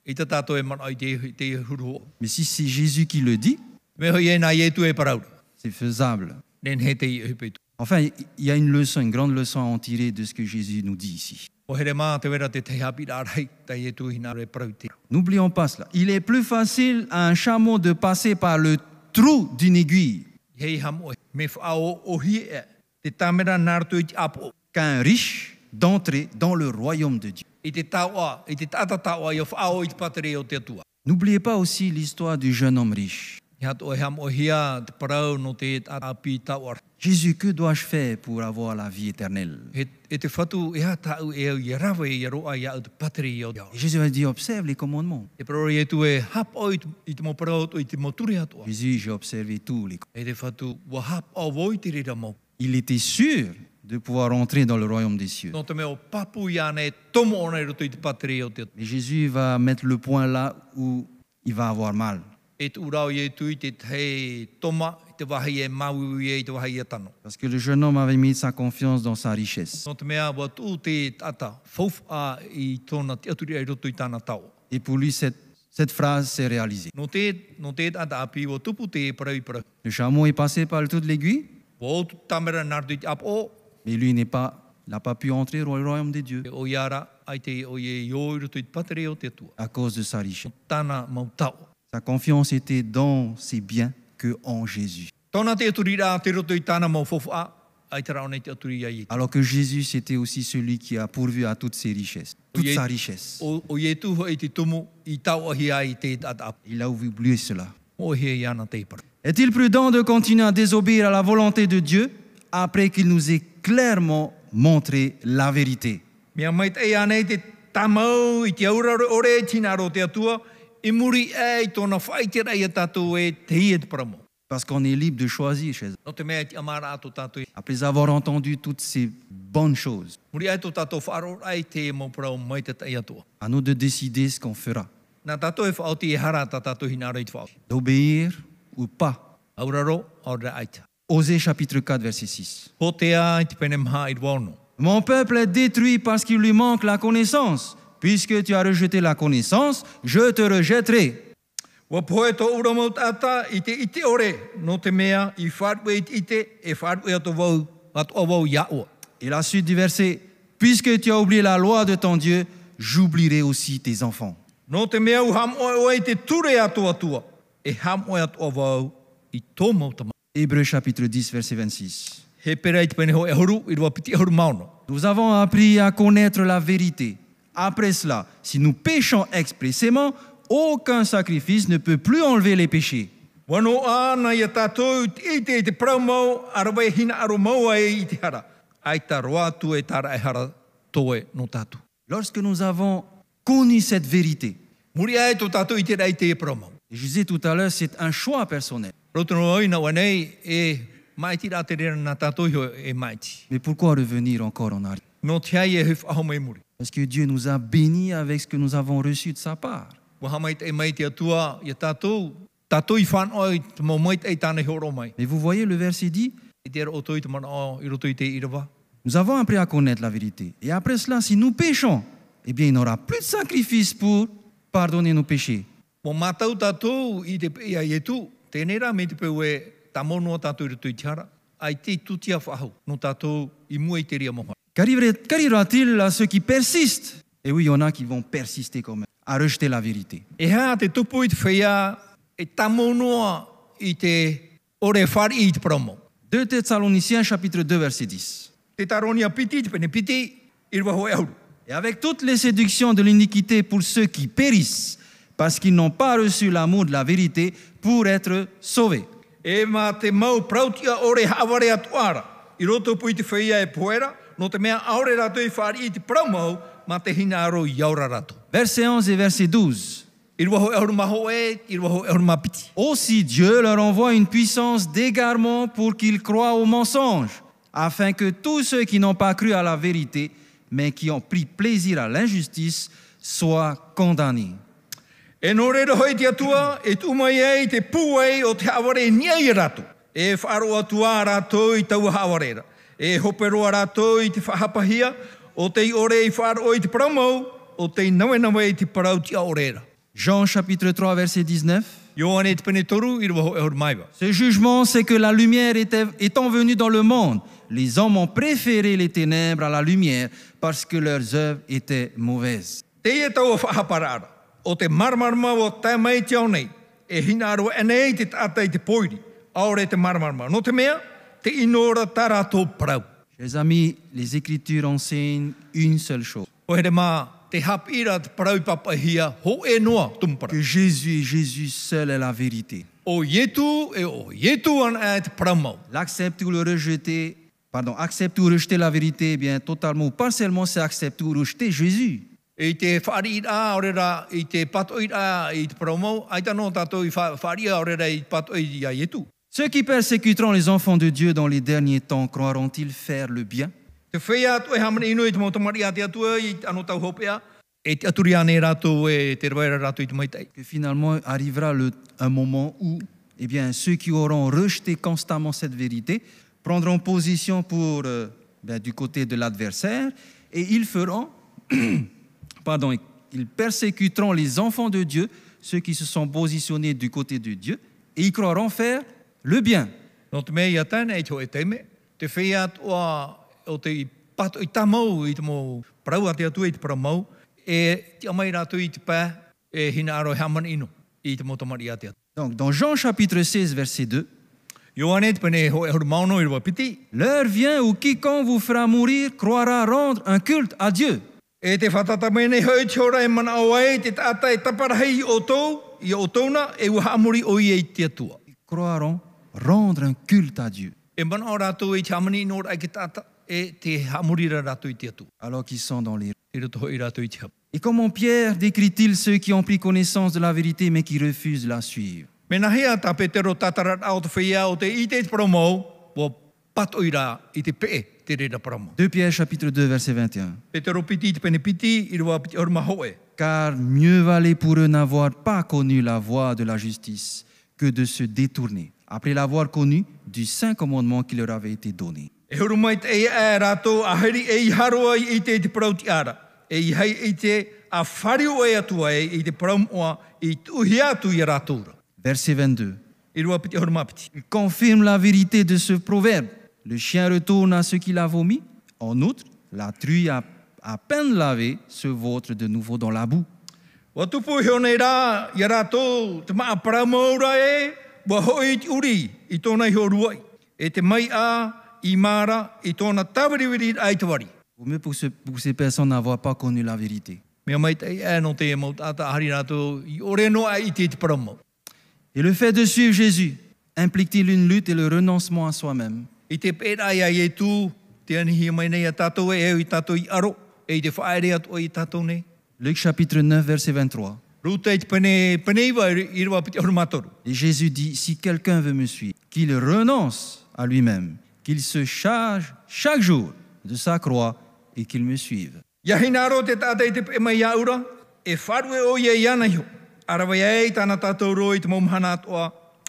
S2: i tā tātou e mana i te, i te huru o.
S1: Mais si c'est Jésus qui le dit,
S2: Me hoi e nā i e tu e paraura.
S1: c'est faisable.
S2: Nen he te i e hipe tu.
S1: Enfin, il y a une leçon, une grande leçon à en tirer de ce que Jésus nous dit ici.
S2: O here mā te wera te te hapi rā rei, tā i e tu hina re parau te.
S1: N'oublions pas cela. Il est plus facile à un chameau de passer par le trou d'une aiguille
S2: Hei ham oi, me whao o hi e, te tāmera nārtu i te apo.
S1: qu'à un riche d'entrer dans le royaume de Dieu.
S2: I te tāua, i te tāta tāua i a whao i te patere o te atua.
S1: N'oubliez pas aussi l'histoire du jeune homme riche.
S2: I hato oi ham o hia te parau no te api tāua.
S1: Jésus, que dois-je faire pour avoir la vie éternelle
S2: He, e te whatu e ha tāu e au i rawe i a roa i au te patere i au.
S1: Et Jésus a dit, observe les commandements.
S2: E parori e tu e hap oi i te mo parau i te mo ture atua.
S1: Jésus, j'ai observé tous les commandements.
S2: E te whatu, wa hap a woi te rira mau.
S1: Il était sûr de pouvoir entrer dans le royaume des cieux.
S2: Nō te mea o papu i ane, tomo ona i roto i te patere o te atu.
S1: Mais Jésus va mettre le point là où il va avoir mal.
S2: E tu rau i e tui te te toma, i te wahi e maui e, i te wahi e tano.
S1: Parce que le jeune homme avait mis sa confiance dans sa richesse.
S2: Nō te mea, wa tū te ata, fauf a i tōna te aturi ai roto i tāna tau.
S1: Et pour lui, cette, cette phrase s'est réalisée.
S2: Nō te, nō te ata api, wa tupu te parau i parau.
S1: Le chameau est passé par le trou de l'aiguille,
S2: Wa o tu tamera nārdu i te ap o,
S1: mais lui n'est pas, n'a pas pu entrer dans le royaume des dieux
S2: e o iara, ai te o i e ioi roto i te patere o te atua.
S1: à cause de sa richesse.
S2: Tāna mau tau.
S1: Sa confiance était dans ses biens que en Jésus.
S2: Tōna te aturi rā, te roto i tāna mau fauf a, ai te rau nei te aturi ai i
S1: Alors que Jésus, c'était aussi celui qui a pourvu à toutes ses richesses, toute sa richesse.
S2: O, o ye tu i te tumu i tau ahi ai te atap.
S1: Il a oublié cela.
S2: O he i ana te para.
S1: Est-il prudent de continuer à désobéir à la volonté de Dieu après qu'il nous ait clairement montré la vérité
S2: e Mea mai te ane te tamau i te aura ore tina ro te atua i muri e i tōna whaitera i a tātou e te i e te paramo.
S1: Parce qu'on est libre de choisir, chers amis.
S2: No te mea i te amara ato tātou i.
S1: Après avoir entendu toutes ces bonnes choses,
S2: Muri e ai tō tātou whaarora ai te e mō parau mai te tai atua.
S1: à nous de décider ce qu'on fera,
S2: Nā tātou e whaoti e hara tā tātou hina rei te whaoti.
S1: d'obéir ou pas.
S2: Auraro, aura aita.
S1: Osée chapitre 4, verset 6.
S2: Ho te a i te pene maha i rwano.
S1: Mon peuple est détruit parce qu'il lui manque la connaissance. Puisque tu as rejeté la connaissance, je te rejetterai.
S2: Wa poe tō ura mau tātā i te ite ore, no te mea i whaarwe i te ite, e whaarwe ato vau, ato a vau iaua.
S1: Et la suite du verset, puisque tu as oublié la loi de ton Dieu, j'oublierai aussi tes enfants.
S2: No te mea u ham oe oe i te ture ato atua, e ham oe ato a vau i tō mau tama.
S1: Hébreux chapitre 10, verset 26.
S2: He pera i te pene ho e horu, i rua piti e horu maono.
S1: Nous avons appris à connaître la vérité. Après cela, si nous péchons expressément, aucun sacrifice ne peut plus enlever les péchés.
S2: Wano ana i a tātou i te i te praumau, arawai hina aro mau ai i te hara. Ai tā roa tu e tāra e hara toe no tātou.
S1: Lorsque nous avons connu cette vérité,
S2: Muri ai tō tātou i te rei te e praumau.
S1: et je disais tout à l'heure, c'est un choix personnel.
S2: Rotono oi nā wanei e maiti rā te rera nā tātou hio e maiti.
S1: Mais pourquoi revenir encore en arrière
S2: Nō te ai e hef aho mai muri.
S1: Parce que Dieu nous a bénis avec ce que nous avons reçu de sa part.
S2: Waha mai te e maiti atua i a tātou. Tātou i whanoi te mau maiti ei tāne horo mai.
S1: Mais vous voyez, le verset dit,
S2: I te ara o tō i te mana o i roto i te irawa.
S1: nous avons appris à connaître la vérité. Et après cela, si nous péchons, eh bien, il n'aura plus de sacrifice pour pardonner nos péchés.
S2: Mō mātau tātou i te pia i tu, tēnei rā me te peu e tamono tātou i tui tiara, ai te tutia whahau, no tātou i mua i te ria moha.
S1: Qu'arriverait- Qu'arrivera-t-il à ceux qui persistent Et oui, il y en a qui vont persister quand même à rejeter la vérité.
S2: E hā te tupu i te whea, e tamonoa i te ore whari i te promo.
S1: 2 Thessaloniciens chapitre 2 verset 10.
S2: Te taronia piti, te pene piti, i rwa hoa auru.
S1: Et avec toutes les séductions de l'iniquité pour ceux qui périssent, parce qu'ils n'ont pas reçu l'amour de la vérité pour être sauvés.
S2: E mā te mau prautia ore haware atuara, i roto pui te whea e poera, no te mea aore rātou i whari i te promo, mā te hina aro i aura rātou.
S1: Verset 11 et verset 12.
S2: I rwa hoa auru maho e, i rwa hoa auru mapiti.
S1: Aussi Dieu leur envoie une puissance d'égarement pour qu'ils croient au mensonge, afin que tous ceux qui n'ont pas cru à la vérité, mais qui ont pris plaisir à l'injustice, soient condamnés.
S2: E nō rero hoi te atua, e tu mai ei te pū ei o te haware nia i ratu. E wharo atua rātou i tau hawarera. E hoperoa rātou i te whahapahia, o te ore i wharo i te paramau, o te nawe nawe i te parautia orera.
S1: Jean chapitre 3 verset 19.
S2: Ioane te pene toru i rwa hoi hori maiwa.
S1: Ce jugement, c'est que la lumière était, étant venue dans le monde, les hommes ont préféré les ténèbres à la lumière parce que leurs œuvres étaient mauvaises.
S2: Te e tau a whahaparara, o te marmarma o tai mai te au nei, e hina aro enei te tātai te poiri, aore te marmarma. No te mea, te inora tā rātou parau.
S1: Chers amis, les Écritures enseignent une seule chose,
S2: O here mā, te hapira te parau papahia, ho e noa tumpara.
S1: que Jésus et Jésus seul est la vérité.
S2: O yetu e o yetu an e te paramau.
S1: L'accepter ou le rejeter, pardon, accepter ou rejeter la vérité, eh bien totalement ou partiellement, c'est accepter ou rejeter Jésus.
S2: I te whaari i rā, ore rā, i te pato i rā, i te paramau, ai tano tātou i wha- whaari a ore rā i pato i a yetu.
S1: Ceux qui persécuteront les enfants de Dieu dans les derniers temps croiront-ils faire le bien
S2: Te whea atu e hamana inu i te mautamari a te atua, i anō tau hopea, e te aturi ane rātou e te rawaira rātou i te maitai.
S1: que finalement arrivera le- un moment où eh bien, ceux qui auront rejeté constamment cette vérité prendront position pour, euh, ben, du côté de l'adversaire et ils feront, pardon, ils persécuteront les enfants de Dieu, ceux qui se sont positionnés du côté de Dieu, et ils croiront faire le bien.
S2: No te mea i atana e te ho e teime, te whea atua o te pato i tamau i te mō parau a te atua i te paramau, e te amai rātou i te pā, e hina aro e haman ino i te mō tamari a te atua.
S1: Donc dans Jean chapitre 16, verset 2,
S2: Ioane te pene ho e horu mauno i rua piti,
S1: L'heure vient où quiconque vous fera mourir croira rendre un culte à Dieu.
S2: e te whatata mene hoi te ora e mana o ai, te tata e taparahei i o tou, i o touna, e ua hamuri o i e te atua.
S1: Ils croiront rendre un culte à Dieu.
S2: E mana o rātou i te hamani ino rai ki tata, e te hamuri rā rātou i te atua.
S1: alors qu'ils sont dans les rues.
S2: E roto hoi rātou i te hapa.
S1: Et comment Pierre décrit-il ceux qui ont pris connaissance de la vérité mais qui refusent la suivre
S2: Mena hea ta Petero tatarat au te whia o te i te promo, wo pato i rā i te pē te rera promo.
S1: 2 Pierre chapitre 2 verset 21.
S2: Petero piti i te pene piti i rua piti orma hoe.
S1: Car mieux valait pour eux n'avoir pas connu la voie de la justice que de se détourner, après l'avoir connue, du saint commandement qui leur avait été donné.
S2: E huru mai te ea e rātou a heri e i haroa i te te prauti ara. E i hei i te a whario e atua e i te promoa i tuhi atu i a rātoura.
S1: Verset 22.
S2: I rua piti orma piti.
S1: Il confirme la vérité de ce proverbe. Le chien retourne à ce qu'il a vomi. En outre, la truie à, à peine lavée se vautre de nouveau dans la boue.
S2: Wa tupu heo nei rā, i a rātou, te maa paramaura e, wa hoi i te uri, i tōna heo ruai. E te mai ā, i māra, i tōna tawiriwiri ai te wari.
S1: Vaut mieux pour, ce- pour ces personnes n'avoir pas connu la vérité.
S2: Mea mai te ea no te emau tāta ahari rātou, i ore no ai i te te paramau.
S1: Et le fait de suivre Jésus implique-t-il une lutte et le renoncement à soi-même
S2: I te pēra ai ai e tū, te anihi mai nei a tātou e eo i tātou i aro, e i te whaere atu ai i tātou nei.
S1: Luc chapitre 9, verset 23.
S2: Rūta i te pane, paneiwa i rua piti oru mātoru.
S1: Et Jésus dit, si quelqu'un veut me suivre, qu'il renonce à lui-même, qu'il se charge chaque jour de sa croix et qu'il me suive.
S2: Ia hina aro te tātai te pē mai aura, e wharue o ia iana hio. Arawa ia ei tāna tātou roi te momhana atoa,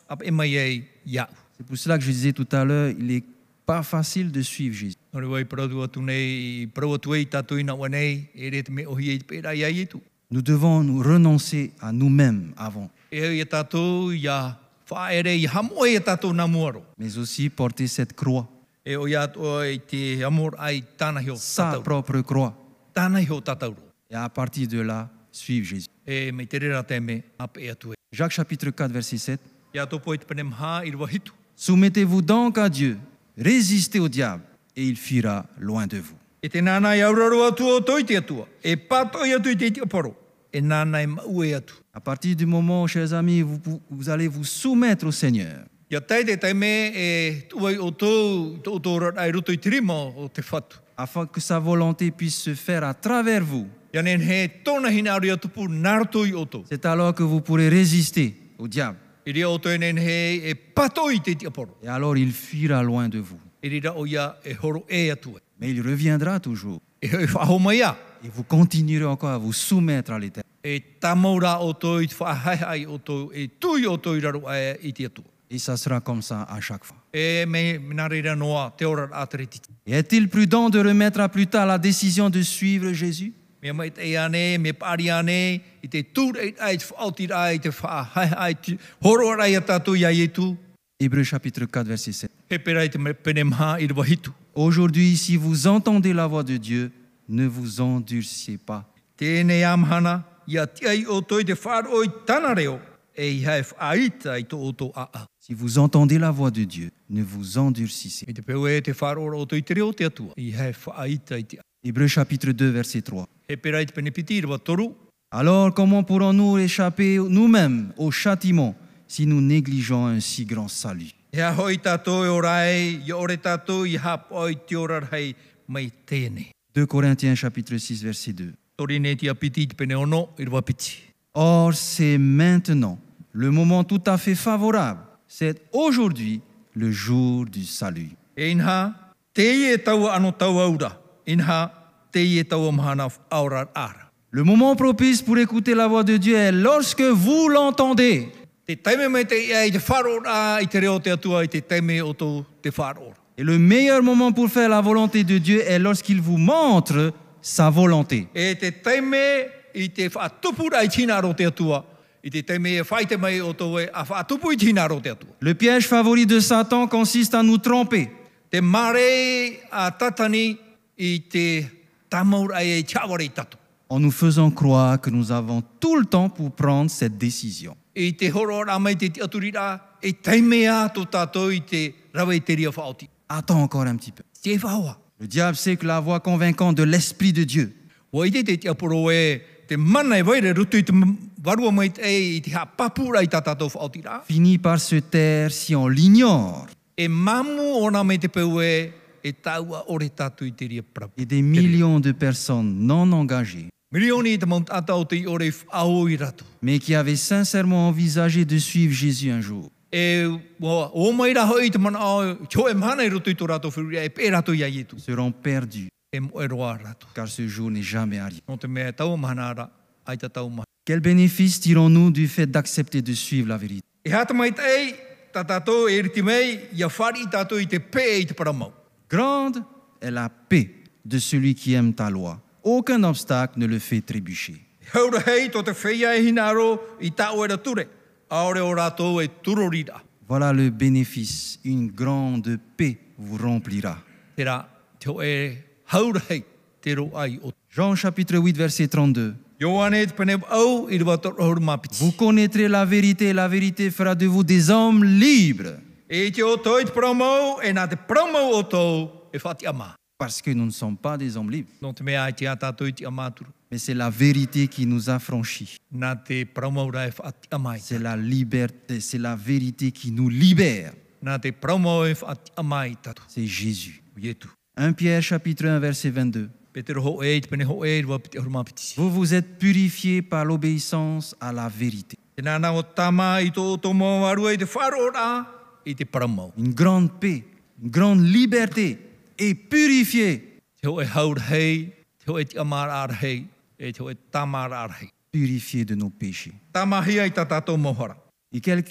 S2: ap e mai ei iau.
S1: C'est pour cela que je disais tout à l'heure, il n'est pas facile de suivre Jésus.
S2: Nore wai paradu atu nei, i parau atu ei tātou ina wa nei, e re te me ohi ei te pēra ia i tu.
S1: Nous devons nous renoncer à nous-mêmes avant,
S2: E au ia tātou, ia whaere i hamo e tātou nā muaro.
S1: mais aussi porter cette croix,
S2: E o ia atoa i te amor ai tāna hio
S1: sa
S2: tātauro.
S1: propre croix,
S2: Tāna hio tātauro.
S1: et à partir de là, suivre Jésus.
S2: E mei te rera te me, ap e atu e.
S1: Jacques chapitre 4, verset 7.
S2: Ia topo e te pane mha i rua hitu.
S1: Soumettez-vous donc à Dieu, résistez au diable, et il fuira loin de vous.
S2: E te nāna i auraro atu o toi te atua. E pato i atu i te iti aparo. E nāna i mau e atu.
S1: À partir du moment, chers amis, vous, pou- vous allez vous soumettre au Seigneur.
S2: Ia tai te taime e tuai o tōu, tō tō rarai roto i tirima o te whatu.
S1: afin que sa volonté puisse se faire à travers vous.
S2: Ia nen he tōna hina aru i atupu nārto i o tōu.
S1: C'est alors que vous pourrez résister au diable,
S2: I rea o tōu e nen he e pato i te iti aparo.
S1: et alors il fuira loin de vous.
S2: I rea o ia e horo e atu e.
S1: Mais il reviendra toujours,
S2: E hoi whaho mai a.
S1: et vous continuerez encore à vous soumettre à l'Éternel.
S2: E tamaura o tōu i te whahaihai o tōu. E tui o tōu i raro ai i te atua.
S1: Et ça sera comme ça à chaque fois.
S2: E me nā reira noa te ora atere titi.
S1: Et est-il prudent de remettre à plus tard la décision de suivre Jésus
S2: Me mai te ane, me pari ane, i te tūreit ai, te whaotir ai, te whaahai ai, te horo arai a tātou e ia i tū.
S1: Hébreux chapitre 4, verset 7.
S2: He pera i te me- pene maha i rwa hitu.
S1: Aujourd'hui, si vous entendez la voix de Dieu, ne vous endurciez pas.
S2: Tēnei amhana, ia tiai o toi te whaaro i tāna reo, e i hae whaaita i tō oto a a.
S1: Si vous entendez la voix de Dieu, ne vous endurcissez.
S2: I te peu e te whaaro o toi te reo te atua, i hae whaaita i te a.
S1: Hébreux chapitre 2, verset 3.
S2: He pera i te pene piti i rwa toru,
S1: Alors comment pourrons-nous échapper nous-mêmes au châtiment si nous négligeons un si grand salut
S2: he a hoi tātou e orai, i ore tātou i hapoi te ora hei mai tēnei.
S1: 2 Corinthiens chapitre 6 verset 2.
S2: Tori nei tia piti i te pene ono i rwa piti.
S1: Or c'est maintenant le moment tout à fait favorable. C'est aujourd'hui le jour du salut.
S2: E inha, te i e taua ano taua ura. Inha, te i e taua mahana aura ara.
S1: Le moment propice pour écouter la voix de Dieu est lorsque vous l'entendez.
S2: Te taime mai te ia i te wharoa i te reo te atua i te taime o tō te wharoa.
S1: Et le meilleur moment pour faire la volonté de Dieu est lorsqu'il vous montre sa volonté.
S2: E te taime i te whaatupura i tina ro te atua. I te taime e whaite mai o tō e a whaatupu i tina ro te atua.
S1: Le piège favori de Satan consiste à nous tromper.
S2: Te mare a tatani i te tamaura e tiawari tatu.
S1: en nous faisant croire que nous avons tout le temps pour prendre cette décision.
S2: I te horora mai te aturira e taime a tō tātou i te rawe te ria whaoti.
S1: Attends encore un petit peu.
S2: Te whaoa.
S1: Le diable sait que la voix convaincante de l'Esprit de Dieu
S2: Wai te te apuro e te mana e waire rutu i te m- warua mai te e i te hapapura i tā tātou whaotira.
S1: finit par se taire si on l'ignore.
S2: E mamu ona mai te peu e e taua ore tātou i te ria prapu.
S1: Et des millions de personnes non engagées
S2: Milioni i te mount ata o te i ore au i ratu.
S1: mais qui avait sincèrement envisagé de suivre Jésus un jour.
S2: E o, o mai raho i te mana au, kio e mana i roto i tō rātou whiruria, e pē rātou ia ietu.
S1: seront perdus,
S2: E mo e roa rātou.
S1: car ce jour n'est jamais arrivé.
S2: No te mea e tau mahana ara, ai te tau mahana.
S1: Quel bénéfice tirons-nous du fait d'accepter de suivre la vérité
S2: E hata mai te ei, tā tātou e riti mei, ia whari i tātou i te pē i te paramau.
S1: Grande est la paix de celui qui aime ta loi. Aucun obstacle ne le fait trébucher.
S2: Haura hei tō te wheia e hinaro i tā oera ture. Aore o rātou e turorira.
S1: Voilà le bénéfice, une grande paix vous remplira.
S2: Tērā, teo e haura hei te ro ai o.
S1: Jean chapitre 8, verset 32.
S2: Ioane te pene au i rwa tō rohuru mapiti.
S1: Vous connaîtrez la vérité, et la vérité fera de vous des hommes libres,
S2: E te o tō i te paramau, e nā te paramau o tō e whati amā.
S1: parce que nous ne sommes pas des hommes libres,
S2: Nō te mea ai te atātou i te amāturu.
S1: mais c'est la vérité qui nous affranchit.
S2: Nā te paramau rā e whati amai.
S1: C'est la liberté, c'est la vérité qui nous libère.
S2: Nā te paramau e whati amai tatu.
S1: C'est Jésus.
S2: Ietu.
S1: 1 Pierre chapitre 1 verset 22.
S2: Petero ho e, te pene ho e i rwa piti rohuru mapiti.
S1: Vous vous êtes purifiés par l'obéissance à la vérité.
S2: Te nāna o tāma i tō tō mō arua i te wharo rā i te paramau.
S1: Une grande paix, une grande liberté et purifiée.
S2: Te hoe haur hei, te hoe te amar ar hei, e te hoe tamar ar hei.
S1: Purifiée de nos péchés.
S2: Tamahia i tā tātou mohora.
S1: Et quelle,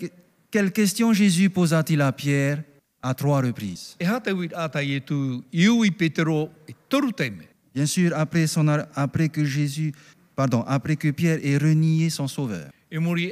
S1: quelle question Jésus posa-t-il à Pierre à trois reprises
S2: E hata wit ata i tu iu i Petero i toru teime.
S1: Bien sûr, après, son ar- après que Jésus, pardon, après que Pierre ait renié son sauveur.
S2: E muri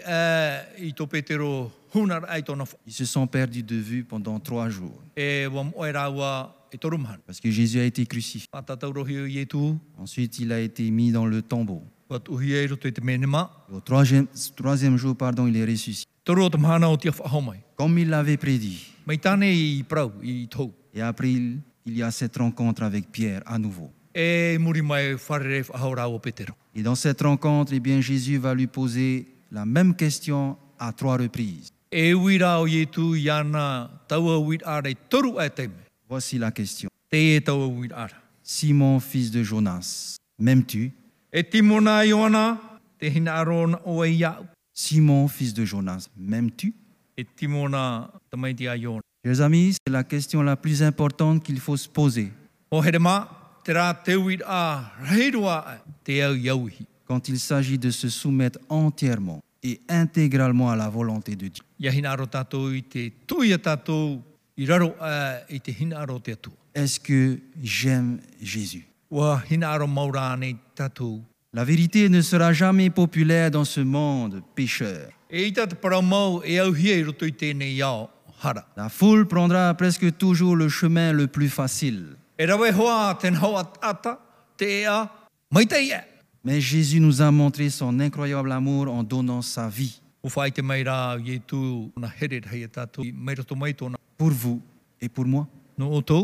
S2: e i tō Petero hunar ai tōna wha.
S1: Ils se sont perdus de vue pendant trois jours
S2: E wam oe rāua e toru mahana.
S1: parce que Jésus a été crucifié.
S2: Pā tātou rohi o i tu,
S1: Ensuite, il a été mis dans le tombeau.
S2: wat uhi e roto i te menema.
S1: Au troisième, troisième jour, pardon, il est ressuscité.
S2: Toru o te mahana o tia whahomai.
S1: comme il l'avait prédit.
S2: Mai tāne i prau, i tau.
S1: Et après, il il y a cette rencontre avec Pierre à nouveau.
S2: E muri mai wharere whahora o Petero.
S1: Et dans cette rencontre, eh bien, Jésus va lui poser la même question à trois reprises.
S2: E ui rā o i tu i ana taua wit ara i toru ai teime.
S1: Voici la question.
S2: te e tau au ara.
S1: Simon, fils de Jonas, m'aimes-tu
S2: E timona i ona, te hina arona o e iau.
S1: Simon, fils de Jonas, m'aimes-tu
S2: E timona tamaiti a iona.
S1: Chers amis, c'est la question la plus importante qu'il faut se poser
S2: O here mā, te rā te uit a reirua ai, te au iauhi.
S1: quand il s'agit de se soumettre entièrement et intégralement à la volonté de Dieu.
S2: Ia hina aro tātou i te tuia tātou, i raro a i te hina aro te atua.
S1: Est-ce que j'aime Jésus
S2: Ua hina aro maura anei tātou.
S1: La vérité ne sera jamais populaire dans ce monde pécheur.
S2: E i tā te paramau e au hia i roto i tēnei iau hara.
S1: La foule prendra presque toujours le chemin le plus facile.
S2: E rawe hoa ten hau at ata, te ea, maitei e.
S1: Mais Jésus nous a montré son incroyable amour en donnant sa vie
S2: O whai te mai rā i e tū na here hei e tātou i mei roto mai tōna.
S1: pour vous et pour moi,
S2: No o tō,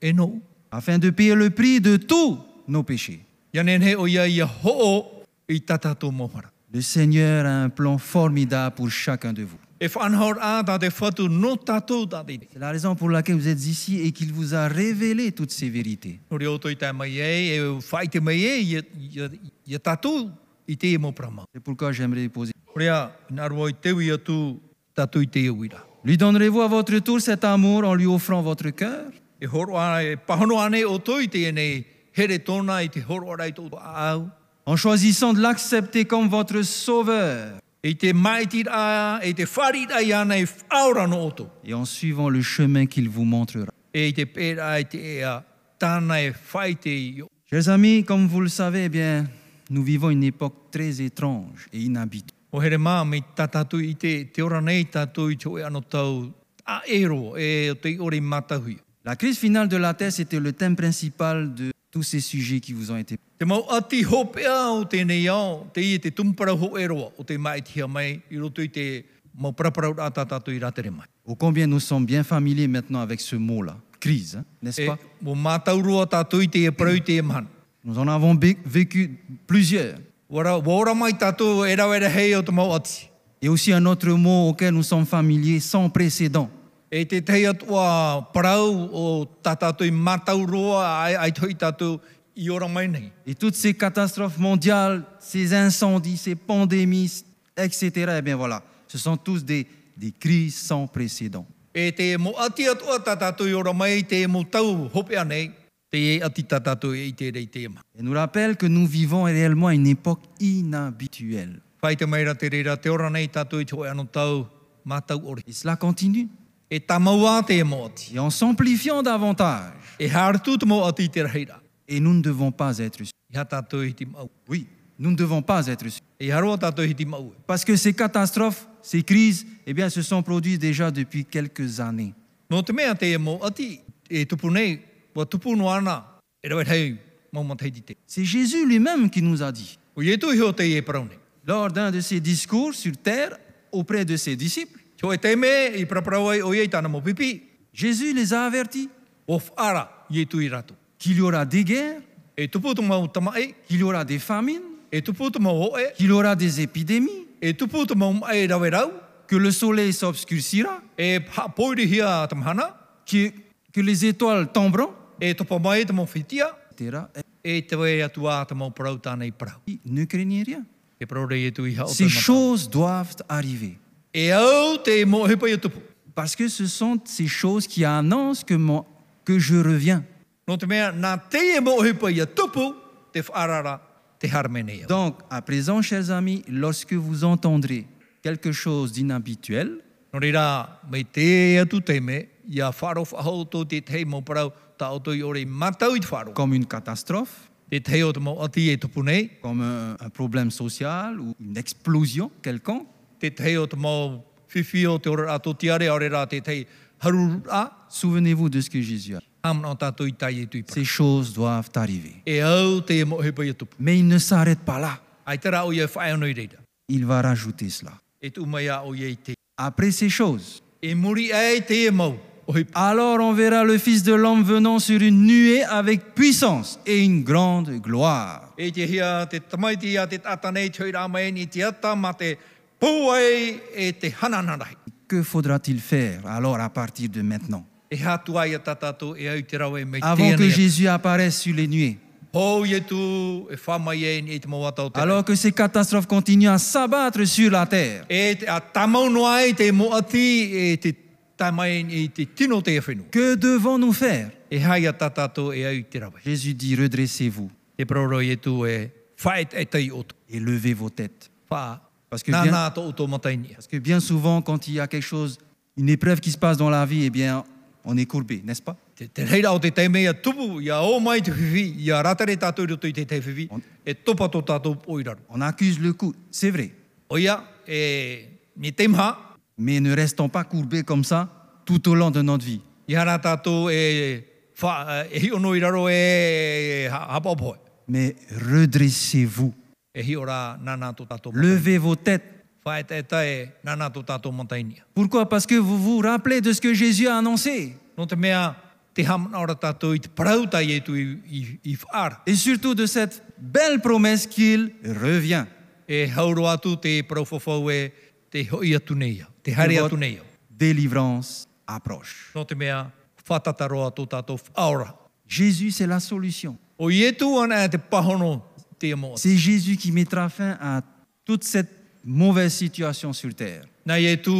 S2: e no.
S1: afin de payer le prix de tous nos péchés.
S2: Ia nen he o ia ia ho o i tā tātou mohara.
S1: Le Seigneur a un plan formidable pour chacun de vous.
S2: E whanhaur ā tā te whatu no tātou tā te.
S1: C'est la raison pour laquelle vous êtes ici et qu'il vous a révélé toutes ces vérités.
S2: Nori o tō i tā mai e, e whai te mai e, ia, ia, ia tātou i te e mō prama.
S1: C'est pourquoi j'aimerais poser.
S2: Rea, nārua i te wia tū tātou i te e wira.
S1: Lui donnerez-vous à votre tour cet amour en lui offrant votre cœur
S2: E horo ara e pahono ane o tō i te e nei, here tōna i te horo ara i tō au.
S1: en choisissant de l'accepter comme votre sauveur
S2: E te maitira, e te wharira i ana e whaorano o tō.
S1: et en suivant le chemin qu'il vous montrera.
S2: e te pērā e te ea, tāna e whaite i o.
S1: Chers amis, comme vous le savez, eh bien, nous vivons une époque très étrange et inhabituelle.
S2: O here mā, me tā tātou i te, te ora nei tātou i te oe ano tau, a ero e o te ore matahui.
S1: La crise finale de la Terre, c'était le thème principal de tous ces sujets qui vous ont été.
S2: Te mau ati hopea o tēnei au, te i te tumpara ho eroa, o te maitihia mai, i roto i te mau paraparau rā tā tātou i rātere mai.
S1: Ô combien nous sommes bien familiers maintenant avec ce mot-là, crise, hein, n'est-ce
S2: E,
S1: pas
S2: mō mātauroa tātou i te e parau i te e mahana.
S1: Nous en avons bé- vécu plusieurs.
S2: Wara, wora mai tātou e rau era hei o te mau ati.
S1: Et aussi un autre mot auquel nous sommes familiers sans précédent,
S2: E te tei atua parau o tā tātou i mātauroa ai, ai toi tātou i ora mai nei.
S1: Et toutes ces catastrophes mondiales, ces incendies, ces pandémies, etc., eh bien voilà, ce sont tous des, des crises sans précédent.
S2: E te mo ati atua tatatou i ora mai, te mo tau hope anei, te e ati tatatou e i te rei tēma.
S1: Et nous rappelle que nous vivons réellement une époque inhabituelle.
S2: Whai te maira te reira, te ora nei tatou i te hoi anō tau, mātau ori.
S1: Et cela continue.
S2: E tamaua te mo ati,
S1: Et en s'amplifiant davantage.
S2: e hārtu te mo ati te reira.
S1: Et nous ne devons pas être sûrs.
S2: I ha tatou i te mau. E
S1: Oui, nous ne devons pas être sûrs.
S2: I haroa tatou i te mau.
S1: Parce que ces catastrophes, ces crises, eh bien, se sont produites déjà depuis quelques années.
S2: Nō te mea te mo ati, e tupu nei, wa tupu no ana, e rawet hei, mau matai te.
S1: C'est Jésus lui-même qui nous a dit,
S2: O ye tu hio te e paraune.
S1: lors d'un de ses discours sur terre auprès de ses disciples,
S2: Tio e te me, i praparawai o ye i tāna mo pipi,
S1: Jésus les a avertis
S2: o whaara ye tu i ratu.
S1: qu'il y aura des guerres,
S2: E tupu tu mau tamae,
S1: qu'il y aura des famines,
S2: e tupu tu mau oe,
S1: qu'il y aura des épidémies,
S2: e tupu tu mau mai rawe rau,
S1: que le soleil s'obscurcira,
S2: e ha poiri hia tamhana,
S1: que, que les étoiles tomberont,
S2: e topa mai te mau whitia,
S1: etc.
S2: e te wei atua te mau parau tāna i parau.
S1: Et Ne craignez rien.
S2: E parau rei e tu i hao
S1: Ces choses doivent arriver.
S2: E au te mo hepa i tupu.
S1: Parce que ce sont ces choses qui annoncent que, mon- que je reviens.
S2: No te mea, nā te e mo hepa i tupu, te whaarara, te harmene au.
S1: Donc, à présent, chers amis, lorsque vous entendrez quelque chose d'inhabituel,
S2: No reira, mei te atu te me, i a whaaro whahau tō te tei mau parau, ta oto i ore i matau i te whaaro.
S1: comme une catastrophe,
S2: Te tei o te mau ati e tupu nei,
S1: comme un, un problème social ou une explosion quelconque,
S2: te tei o te mau whiwhi o te ora ato tiare aore rā te tei haruru a,
S1: souvenez-vous de ce que Jésus a dit.
S2: amna o tātou i tai e tui para.
S1: Ces choses doivent arriver.
S2: E au te e mohe pai atupu.
S1: Mais il ne s'arrête pas là.
S2: Ai tera o ia whae anoi reira.
S1: Il va rajouter cela.
S2: E tu mai a o ia i te.
S1: Après ces choses,
S2: E muri ai te e mau. O he
S1: alors on verra le Fils de l'homme venant sur une nuée avec puissance et une grande gloire.
S2: E te hia te tamaiti a te tātanei tui rā mai ni te ata ma te pōai e te hananarai.
S1: Que faudra-t-il faire alors à partir de maintenant
S2: E hatu ai a tātou e au te rau e mei
S1: Avant que
S2: tēnei.
S1: Jésus apparaisse sur les nuées
S2: Hou e tu e whamai e ni e te mau atau te.
S1: Alors que ces catastrophes continuent à s'abattre sur la terre,
S2: E te, a tamau no ai te mo ati e te tamai e te tino te e whenua.
S1: que devons-nous faire
S2: E hai a tātou e au te rau e.
S1: Jésus dit, redressez-vous
S2: Te proro e tu e whae e tei o tu.
S1: et levez vos têtes.
S2: Wha.
S1: Parce que
S2: Nā
S1: bien-
S2: nā tō o tō matai nia.
S1: Parce que bien souvent, quand il y a quelque chose, une épreuve qui se passe dans la vie, eh bien, on est courbé, n'est-ce pas
S2: Te, te reira o te teime ia tupu, ia o mai te whiwhi, ia ratare tātou i roto i te te whiwhi, e topa tō tātou oiraru.
S1: On accuse le coup, c'est vrai.
S2: O ia, e, ni teimha,
S1: Mais ne restons pas courbés comme ça tout au long de notre vie.
S2: ia rā tātou e, wha, e hi ono iraro e ha- hapapoe.
S1: Mais redressez-vous,
S2: E hi ora nā nā tō tātou matai.
S1: levez vos têtes.
S2: Whae te tae nā nā tō tātou matai nia.
S1: Pourquoi Parce que vous vous rappelez de ce que Jésus a annoncé.
S2: No te mea, te hamana ora tātou i te parautai e tu i, i, i whaara.
S1: Et surtout de cette belle promesse qu'il revient.
S2: E hauro atu te paraufofau e te hoi atu nei au, te haere
S1: Que
S2: atu
S1: votre
S2: nei au.
S1: délivrance approche.
S2: No te mea, whatataro atu tātou aora.
S1: Jésus, c'est la solution.
S2: O i etu ana e te pahono te mo.
S1: C'est Jésus qui mettra fin à toute cette mauvaise situation sur terre.
S2: Nā i etu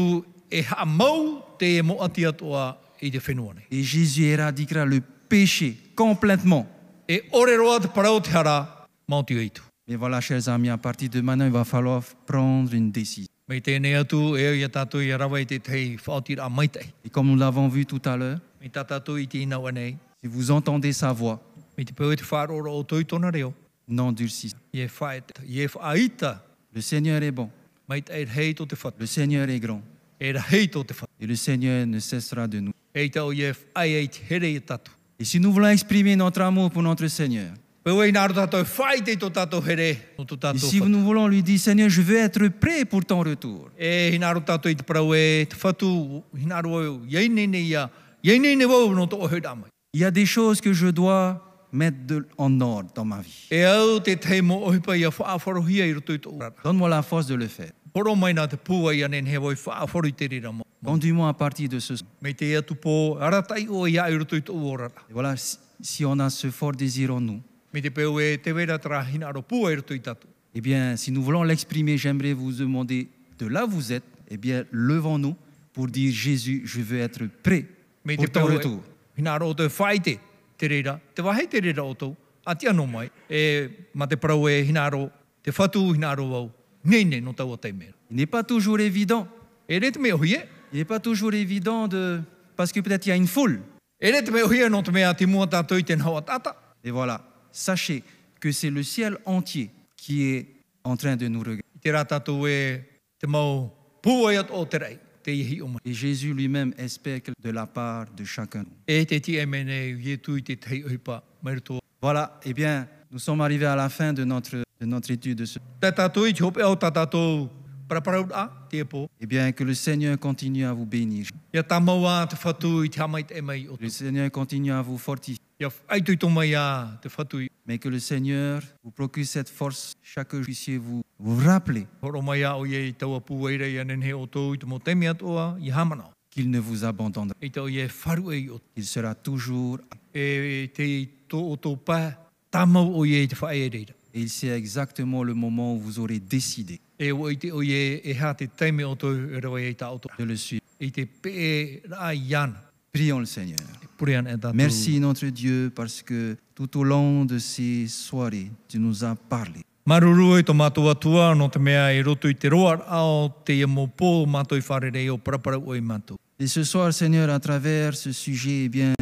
S2: e ha mau te mo ati atua i te whenua nei.
S1: Et Jésus éradiquera le péché complètement.
S2: E ore roa te parau te hara mauti o itu.
S1: Mais voilà, chers amis, à partir de maintenant, il va falloir prendre une décision.
S2: Mei tēnei atu e ia tātou i rawa i te tei whaoti rā maitai.
S1: Et comme nous l'avons vu tout à l'heure,
S2: Mei tā tātou i te inaua nei.
S1: si vous entendez sa voix,
S2: Mei te pēo e te whārora o toi tōna reo.
S1: n'endurcissez.
S2: Ie whae, ie whaita.
S1: Le Seigneur est bon,
S2: Mei te e hei tō te whatu.
S1: le Seigneur est grand,
S2: E hei tō te whatu.
S1: et le Seigneur ne cessera de nous.
S2: E tau ie whae e te here i tātou.
S1: Et si nous voulons exprimer notre amour pour notre Seigneur,
S2: Pēo e nāro tātou e whae te tō tātou here. No tō
S1: et
S2: tātou
S1: si
S2: whatu.
S1: nous voulons lui dire, Seigneur, je veux être prêt pour ton retour,
S2: E hinaro tātou i te parau e te whatu, hinaro au, iei nene ia, iei nene wau no tō hoi rāmai.
S1: il y a des choses que je dois mettre de- en ordre dans ma vie.
S2: E au te tei mo ohipa ia whaaforohia i roto i tō urara.
S1: Donne-moi la force de le faire.
S2: Horo mai nā te pūa ia nene he wai whaaforo i te rira mo.
S1: Conduis-moi à partir de ce soir.
S2: Mei te atu pō aratai o ia i roto i tō urara.
S1: Et voilà, si, si on a ce fort désir en nous,
S2: Me te peu e te vera tra hina aro pua e roto i tatu.
S1: Eh bien, si nous voulons l'exprimer, j'aimerais vous demander de là où vous êtes, eh bien, levons-nous pour dire Jésus, je veux être prêt
S2: Me te
S1: pour ton
S2: peu e
S1: retour.
S2: hina aro o te whaite te reira, te wahe te reira o tau, a te anō mai, e ma te parau e hina aro, te whatu hina aro au, nei nei no tau a te mera.
S1: Il n'est pas toujours évident.
S2: E re te mea hui e,
S1: Il n'est pas toujours évident de... parce que peut-être il y a une foule.
S2: e re te mea hui e no te mea te mua tātou i tēnā hawa tata.
S1: Et voilà, sachez que c'est le ciel entier qui est en train de nous regarder.
S2: I te rā tātou e te mau pua e at o te rei, te ihi o mai.
S1: Et Jésus lui-même espère que de la part de chacun de nous.
S2: E te ti e mene i e tū i te tei oipa, mai roto
S1: Voilà, eh bien, nous sommes arrivés à la fin de notre, de notre étude. de ce-
S2: Tā tātou i te hope au tā tātou paraparau a te epo.
S1: Eh bien, que le Seigneur continue à vous bénir.
S2: Ia tā maua te whatu i te hamait e mai o
S1: Que le
S2: tō.
S1: Seigneur continue à vous fortifier.
S2: Ia aitui tō mai a te whatu i
S1: Mais que le Seigneur vous procure cette force chaque jour, puissiez vous, vous rappeler
S2: horo mai a o ia i taua pūeira i anen he o tō i te motemi atoa i hamana.
S1: qu'il ne vous abandonnera.
S2: I tau i e wharu e i o
S1: Il sera toujours
S2: e te i tō o tō pā tamau o ia i te whae e reira.
S1: et il sait exactement le moment où vous aurez décidé
S2: E o i te o ia e hā te teime o tō e rawa i tā o tō.
S1: de le suivre.
S2: I te pē rā i ana.
S1: Prions le Seigneur.
S2: E pure ana e tātou.
S1: Merci notre Dieu parce que tout au long de ces soirées, tu nous as parlé.
S2: Maruru e tō mātou atua, no te mea e roto i te roar ao, te ia mō pō mātou i wharere o parapara o i mātou.
S1: Et ce soir, Seigneur, à travers ce sujet, eh bien,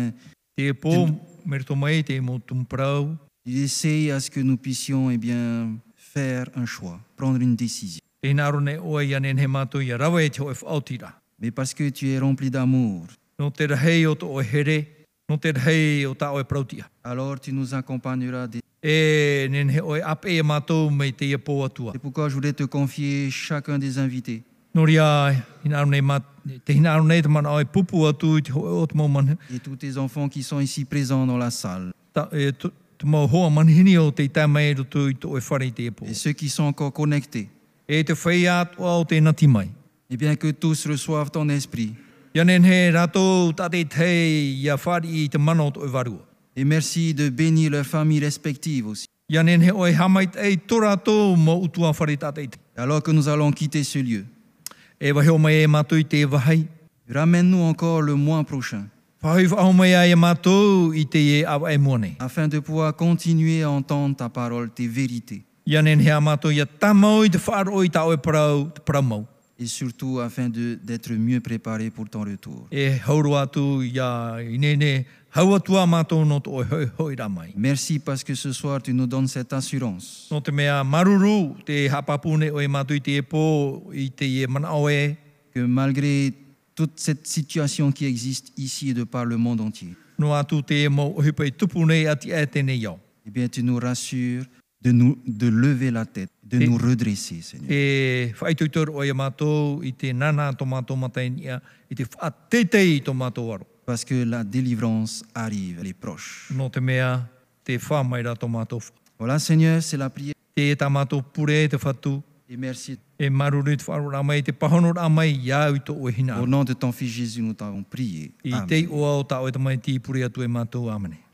S2: Te e pō, mere tō mai, te ia mō tumprau,
S1: il essaye à ce que nous puissions eh bien, faire un choix, prendre une décision.
S2: te nāro ne oa i anen he mātou i a rawa e te o e whaotira.
S1: Mais parce que tu es rempli d'amour,
S2: No te rahei o tō o here, no te rahei o tā o e prautia.
S1: alors tu nous accompagneras. des-
S2: E nen he oe ape e mātou mei te ia pō atua.
S1: C'est pourquoi je voulais te confier chacun des invités.
S2: Nori a, hinaro nei mā, te hinaro nei te mana o e pupu atu i te hoe o te mō man,
S1: et tous tes enfants qui sont ici présents dans la salle
S2: ta, e, tu, te mō hoa manhini o te i tā mai roto i tō e whare i te ia pō.
S1: et ceux qui sont encore connectés,
S2: e te whai atua o te nati mai.
S1: et bien que tous reçoivent ton esprit.
S2: Ia nen he rātou tate tei ia whari i te e mana o te oevarua.
S1: Et merci de bénir leurs familles respectives aussi.
S2: Ia nen he oe hamait ei tō rātou mō utua whare tate tei.
S1: Et Alors que nous allons quitter ce lieu,
S2: E waheo mai e mātou i te wahai.
S1: ramène-nous encore le mois prochain
S2: Whahau whao mai a e mātou i te e awa e mōne.
S1: afin de pouvoir continuer à entendre ta parole, tes vérités
S2: Ia nen he a mātou ia tamau i te whaaro i ta oe parau, te paramau.
S1: et surtout afin de- d'être mieux préparé pour ton retour.
S2: E hauro atu ia i nene hau atua mātou no te oe hoi hoi rā mai.
S1: Merci parce que ce soir tu nous donnes cette assurance
S2: No te mea maruru te hapapune oe mātou i te e pō i te e mana oe
S1: que malgré toute cette situation qui existe ici et de par le monde entier,
S2: no atu te e mau ohipa i tupu nei ati e tēnei iau.
S1: eh bien, tu nous rassures de, nous, de lever la tête, de
S2: Et-
S1: nous redresser, Seigneur.
S2: Te whaituitor o ia mātou i te nana tō mātou matainia, i te whaatetei tō mātou aro.
S1: Parce que la délivrance arrive, elle est proche.
S2: No te mea, te whamaira tō mātou. wha-
S1: Voilà, Seigneur, c'est la prière.
S2: Te e tā mātou pure e te whatu,
S1: Et merci.
S2: e maruru i te whaaro rā mai, te pahono rā mai, iau i tō oe hina.
S1: Au nom de ton Fils Jésus, nous t'avons prié.
S2: I
S1: Amen.
S2: te oa o tā oe tamai ti pure atu e mātou, amene.